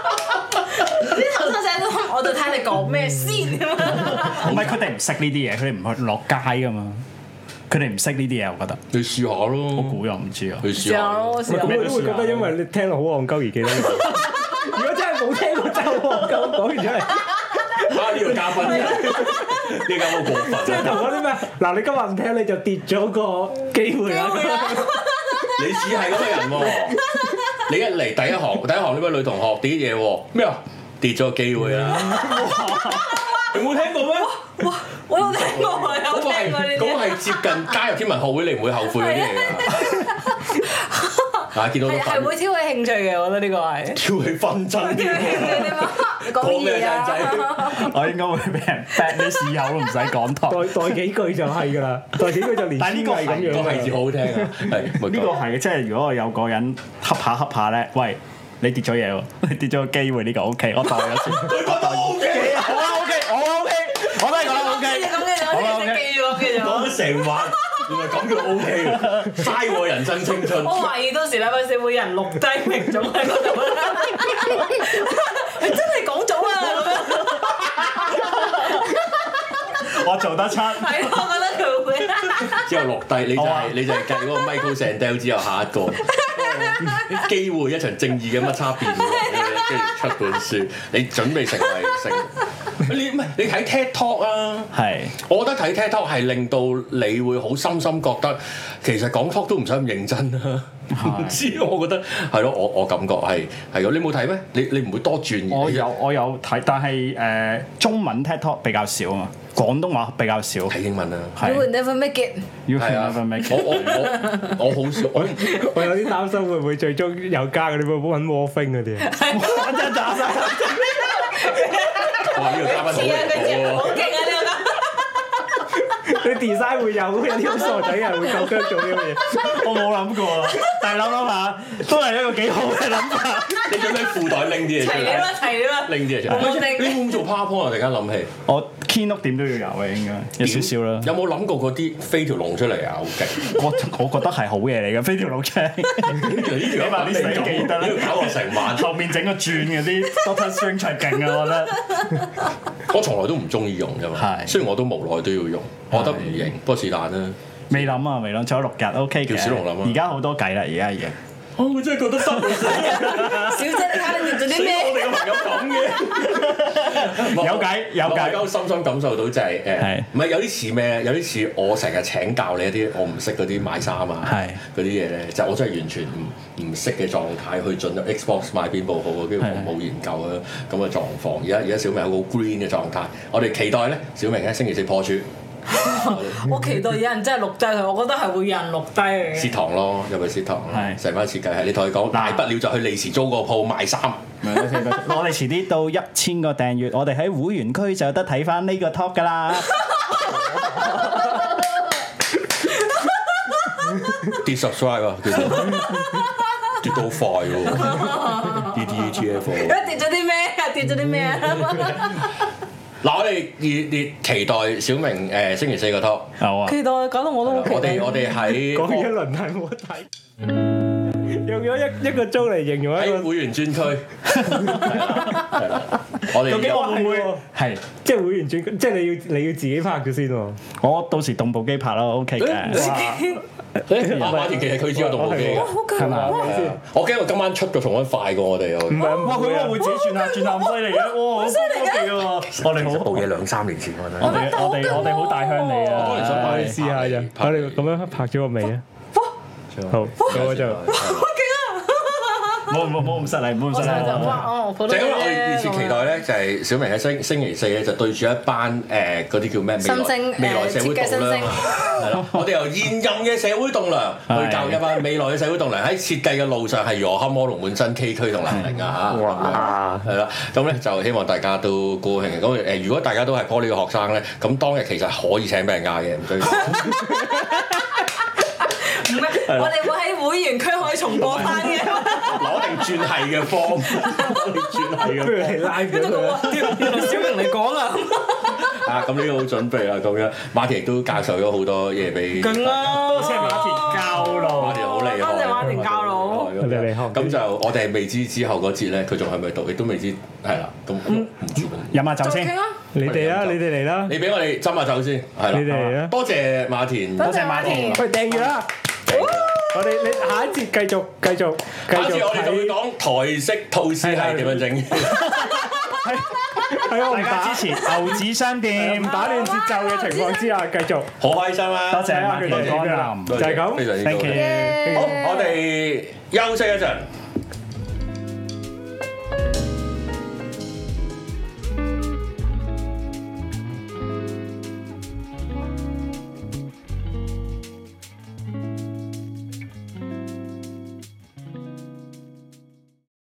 啲頭先仔都諗我就睇你講咩先咁樣。
唔係佢哋唔識呢啲嘢，佢哋唔去落街噶嘛，佢哋唔識呢啲嘢，我覺得。
你試下
我
咯，
估又唔知
(laughs)
啊。
你
試
試
下
下
咯，
咯。
試
咁
下
咩
我
都
都
試
會覺
下
得因為你聽落好戇鳩
(laughs)
而記得。如果真係冇聽過就戇鳩講完出嚟。
啊，呢個嘉賓，呢個嘉賓好過
即
分
係
啊！
同嗰啲咩？嗱，你今日唔聽你就跌咗
(laughs)
個機會啦。
會啦，
你似係咁嘅人喎，你一嚟第一行，第一行呢位女同學跌嘢喎，咩啊？跌咗個機會啊！ (laughs) 你冇聽過咩？
我有聽過，我有
嗰個係
聽過呢
嗰
啲
個。係接近加入天文學會，你唔會後悔嗰啲嘢㗎。 (laughs) 啊！見到都
係係會
粉，
挑起興趣嘅，我覺得呢個係。
挑起紛爭
挑
添
起興趣
喎。
點啊？你講
講
乜
咩
嘢
啊，
(laughs) 啊？
靚仔？
我應該會俾人 back 啲豉油都唔使講
代
堂。
代幾句就係㗎啦，代幾句就連
但係呢個
孫係咁樣
個
㗎啦。
係字好好聽啊！係
呢
呢
個係嘅，即係如果我有個人恰下恰下咧，喂，你跌咗嘢喎， (laughs) 你跌咗個機會呢個 OK，我代咗
(laughs)
先。
個覺得 O K 啊！
好啦 OK，我 OK，我都係覺得 OK。
你講嘅就
好啦
我哋
OK。
記咗記咗。
講咗成晚，原來咁叫 O K 啊！嘥我人生青春
我。懷疑到時禮拜四會有人錄低明總喺嗰度 (laughs) 啦，你真係講咗啊咁樣，
(laughs)
我做得出。
係咯，我覺得佢會。
之後落低，你就
好啊
係你就係計嗰個 Michael Sandel 之後下一 (laughs) 個機會一場正義嘅乜差 (laughs) 別喎，跟住出本書，你準備成為 (laughs) 成你唔係你睇 TED Talk 啊！
係。
我覺得睇 TED Talk 係令到你會好深深覺得其實講 talk 都唔使咁認真啦、
係
唔知我覺得係咯，我我感覺係係咁。你冇睇咩？你你唔會多轉嘅
我有我有睇，但係誒、呃中文 TED Talk 比較少啊嘛，廣東話比較少。
睇英文啊。
係
never make it。
要
係啊
never，make
我
it
我我我好少，哎我
我有啲擔心會唔會最終有加嗰啲會揾 Warfing
(laughs)
嗰啲啊？
我真係打晒。
哇呢個嘉賓好
似啊，
離
佢
譜
似啊好
喎！
勁啊！呢
你 design 會有有啲好傻仔啊人會夠姜做呢
(laughs)
樣嘢，
我冇諗過啊，但係諗諗下都係一個幾好嘅諗法。
你準備褲袋拎啲嘢
個
出
齊
嚟
料啦，。齊料啦。
拎啲嘢出
我
嚟。
哋
你會唔會做 PowerPoint 啊？突然間諗起，
(laughs) 我 keynote 點都要有嘅，應該有少少啦。
有冇諗過嗰啲飛條龍出嚟啊？好勁！
我我覺得係好嘢嚟嘅，飛條路車，
呢條呢
你話你死記得啦
呢條搞落成晚。
後面整個轉嗰啲 Doctor Strange 係勁啊！我覺得
我從來都唔中意用㗎嘛，
係
雖然我都無奈都要用，我覺得唔型，不過是但啦。
未諗啊，未諗，仲有六日 OK
叫
嘅。
小龍諗啊
而家好多計啦，而家已經。
我真係覺得得死，
小姐，你睇你做咗啲咩？
哋嘅朋友咁嘅， (laughs)
有計有計
我而家深深感受到就係誒
係，
唔係有啲似咩？有啲似我成日請教你一啲我唔識嗰啲買衫啊，
係
嗰啲嘢咧，就我真係完全唔唔識嘅狀態去進入 Xbox 買邊部好啊，跟住我
係
冇研究啊咁嘅狀況。而家而家小明有個好 green 嘅狀態，我哋期待咧，小明咧星期四
(laughs)
破處 (laughs)
我期待有人真係錄低佢，我覺得係會有人錄低佢
試
嘅。
堂咯，入去試堂咯，
係
成班設計係你同佢講，
嗱
大不了就去利時租個鋪賣衫。
我哋遲啲到一千個訂閱，我哋喺會員區就有得睇翻呢個 top 噶啦。
跌 subscribe 啊，
(laughs)
叫做跌到好快喎，跌啲 ETF 喎。
咁跌咗啲咩啊？跌咗啲咩
嗯
啊？
嗱，我哋熱烈期待小明誒、星期四個 talk。
好啊。 (laughs)
期待，講到我都好期待。
我哋我哋喺
講完一輪係冇得睇。用咗一一個鐘嚟形容一
喺
個，
會
(laughs)
員專區，係啦係啦，我哋
究竟我
哇
會唔
係喎
會係？
即係會員轉，即係你要你要自己拍咗先喎。
我到時動部機拍咯，OK 嘅。
誒阿馬田其實佢只有動部機嘅
哇，
好勁
係嘛
哇
係啊我驚我今晚出個重温快過我哋啊！
唔係唔
哇！佢話
會
會自己轉下轉下咁犀利嘅，哇！好犀利嘅喎。我哋好
冇嘢兩三年前我
我
哋。
哋我哋我哋好大鄉里
我當然想
啊！
我
拍
哋試下啫。我哋咁樣拍咗個尾啊。好，咁我就
冇冇冇咁失禮，冇咁
啊
我
失
想
禮。
就啊哇哦，普
就
通
因為我哋熱
嘢
切期待咧，就係小明喺星星期四咧就對住一班誒嗰啲叫咩未來
新星
未來
誒
社會棟
設計新
樑
星
啊， (laughs) 係啦，我哋由現任嘅社會棟樑去教一班未來嘅社會棟樑喺設計嘅路上係如何坎坷龍門新 K 區同南寧啊嚇。
哇！
係啦，咁咧就希望大家都高興。咁誒，如果大家都係 Poly 嘅學生咧，咁當日其實可以請病假嘅，唔需
(laughs)
要。
唔係，我哋會喺會員區可以重播翻嘅， (laughs)
攞定轉系嘅科，攞定轉系嘅
不如你拉咗
邊度
佢
講
啦。
啊？原來小明嚟講啊，
啊！咁呢個好準備啦，咁樣馬田亦都教授咗好多嘢俾。
勁啊啦！
即係馬田交路
馬田好厲害，
多謝馬田教佬。
咁樣
你厲害
啊咁就我哋未知之後嗰節咧，佢仲係咪讀，亦都未知。係啦，咁
嗯
唔知喎。
飲下酒
再傾
先，
啊！
你哋啦，你哋嚟啦，
你俾我哋斟下酒先，係啦。
你哋啊嚟啦
多謝馬田。
多
多謝馬田
喂訂閱啦。我哋你下一節繼續繼續繼
下次
續
我哋就會
睇
講台式吐司係點樣整。
喺
大
我唔
家
打
支持牛子商店
唔，打亂節奏嘅情況之下繼續
好開心啊！
多謝
睇下
馬
佢
田
哋
光
點樣啦
臨。
就係咁
非常之
Thank
好。
you。
好，我哋休息一陣。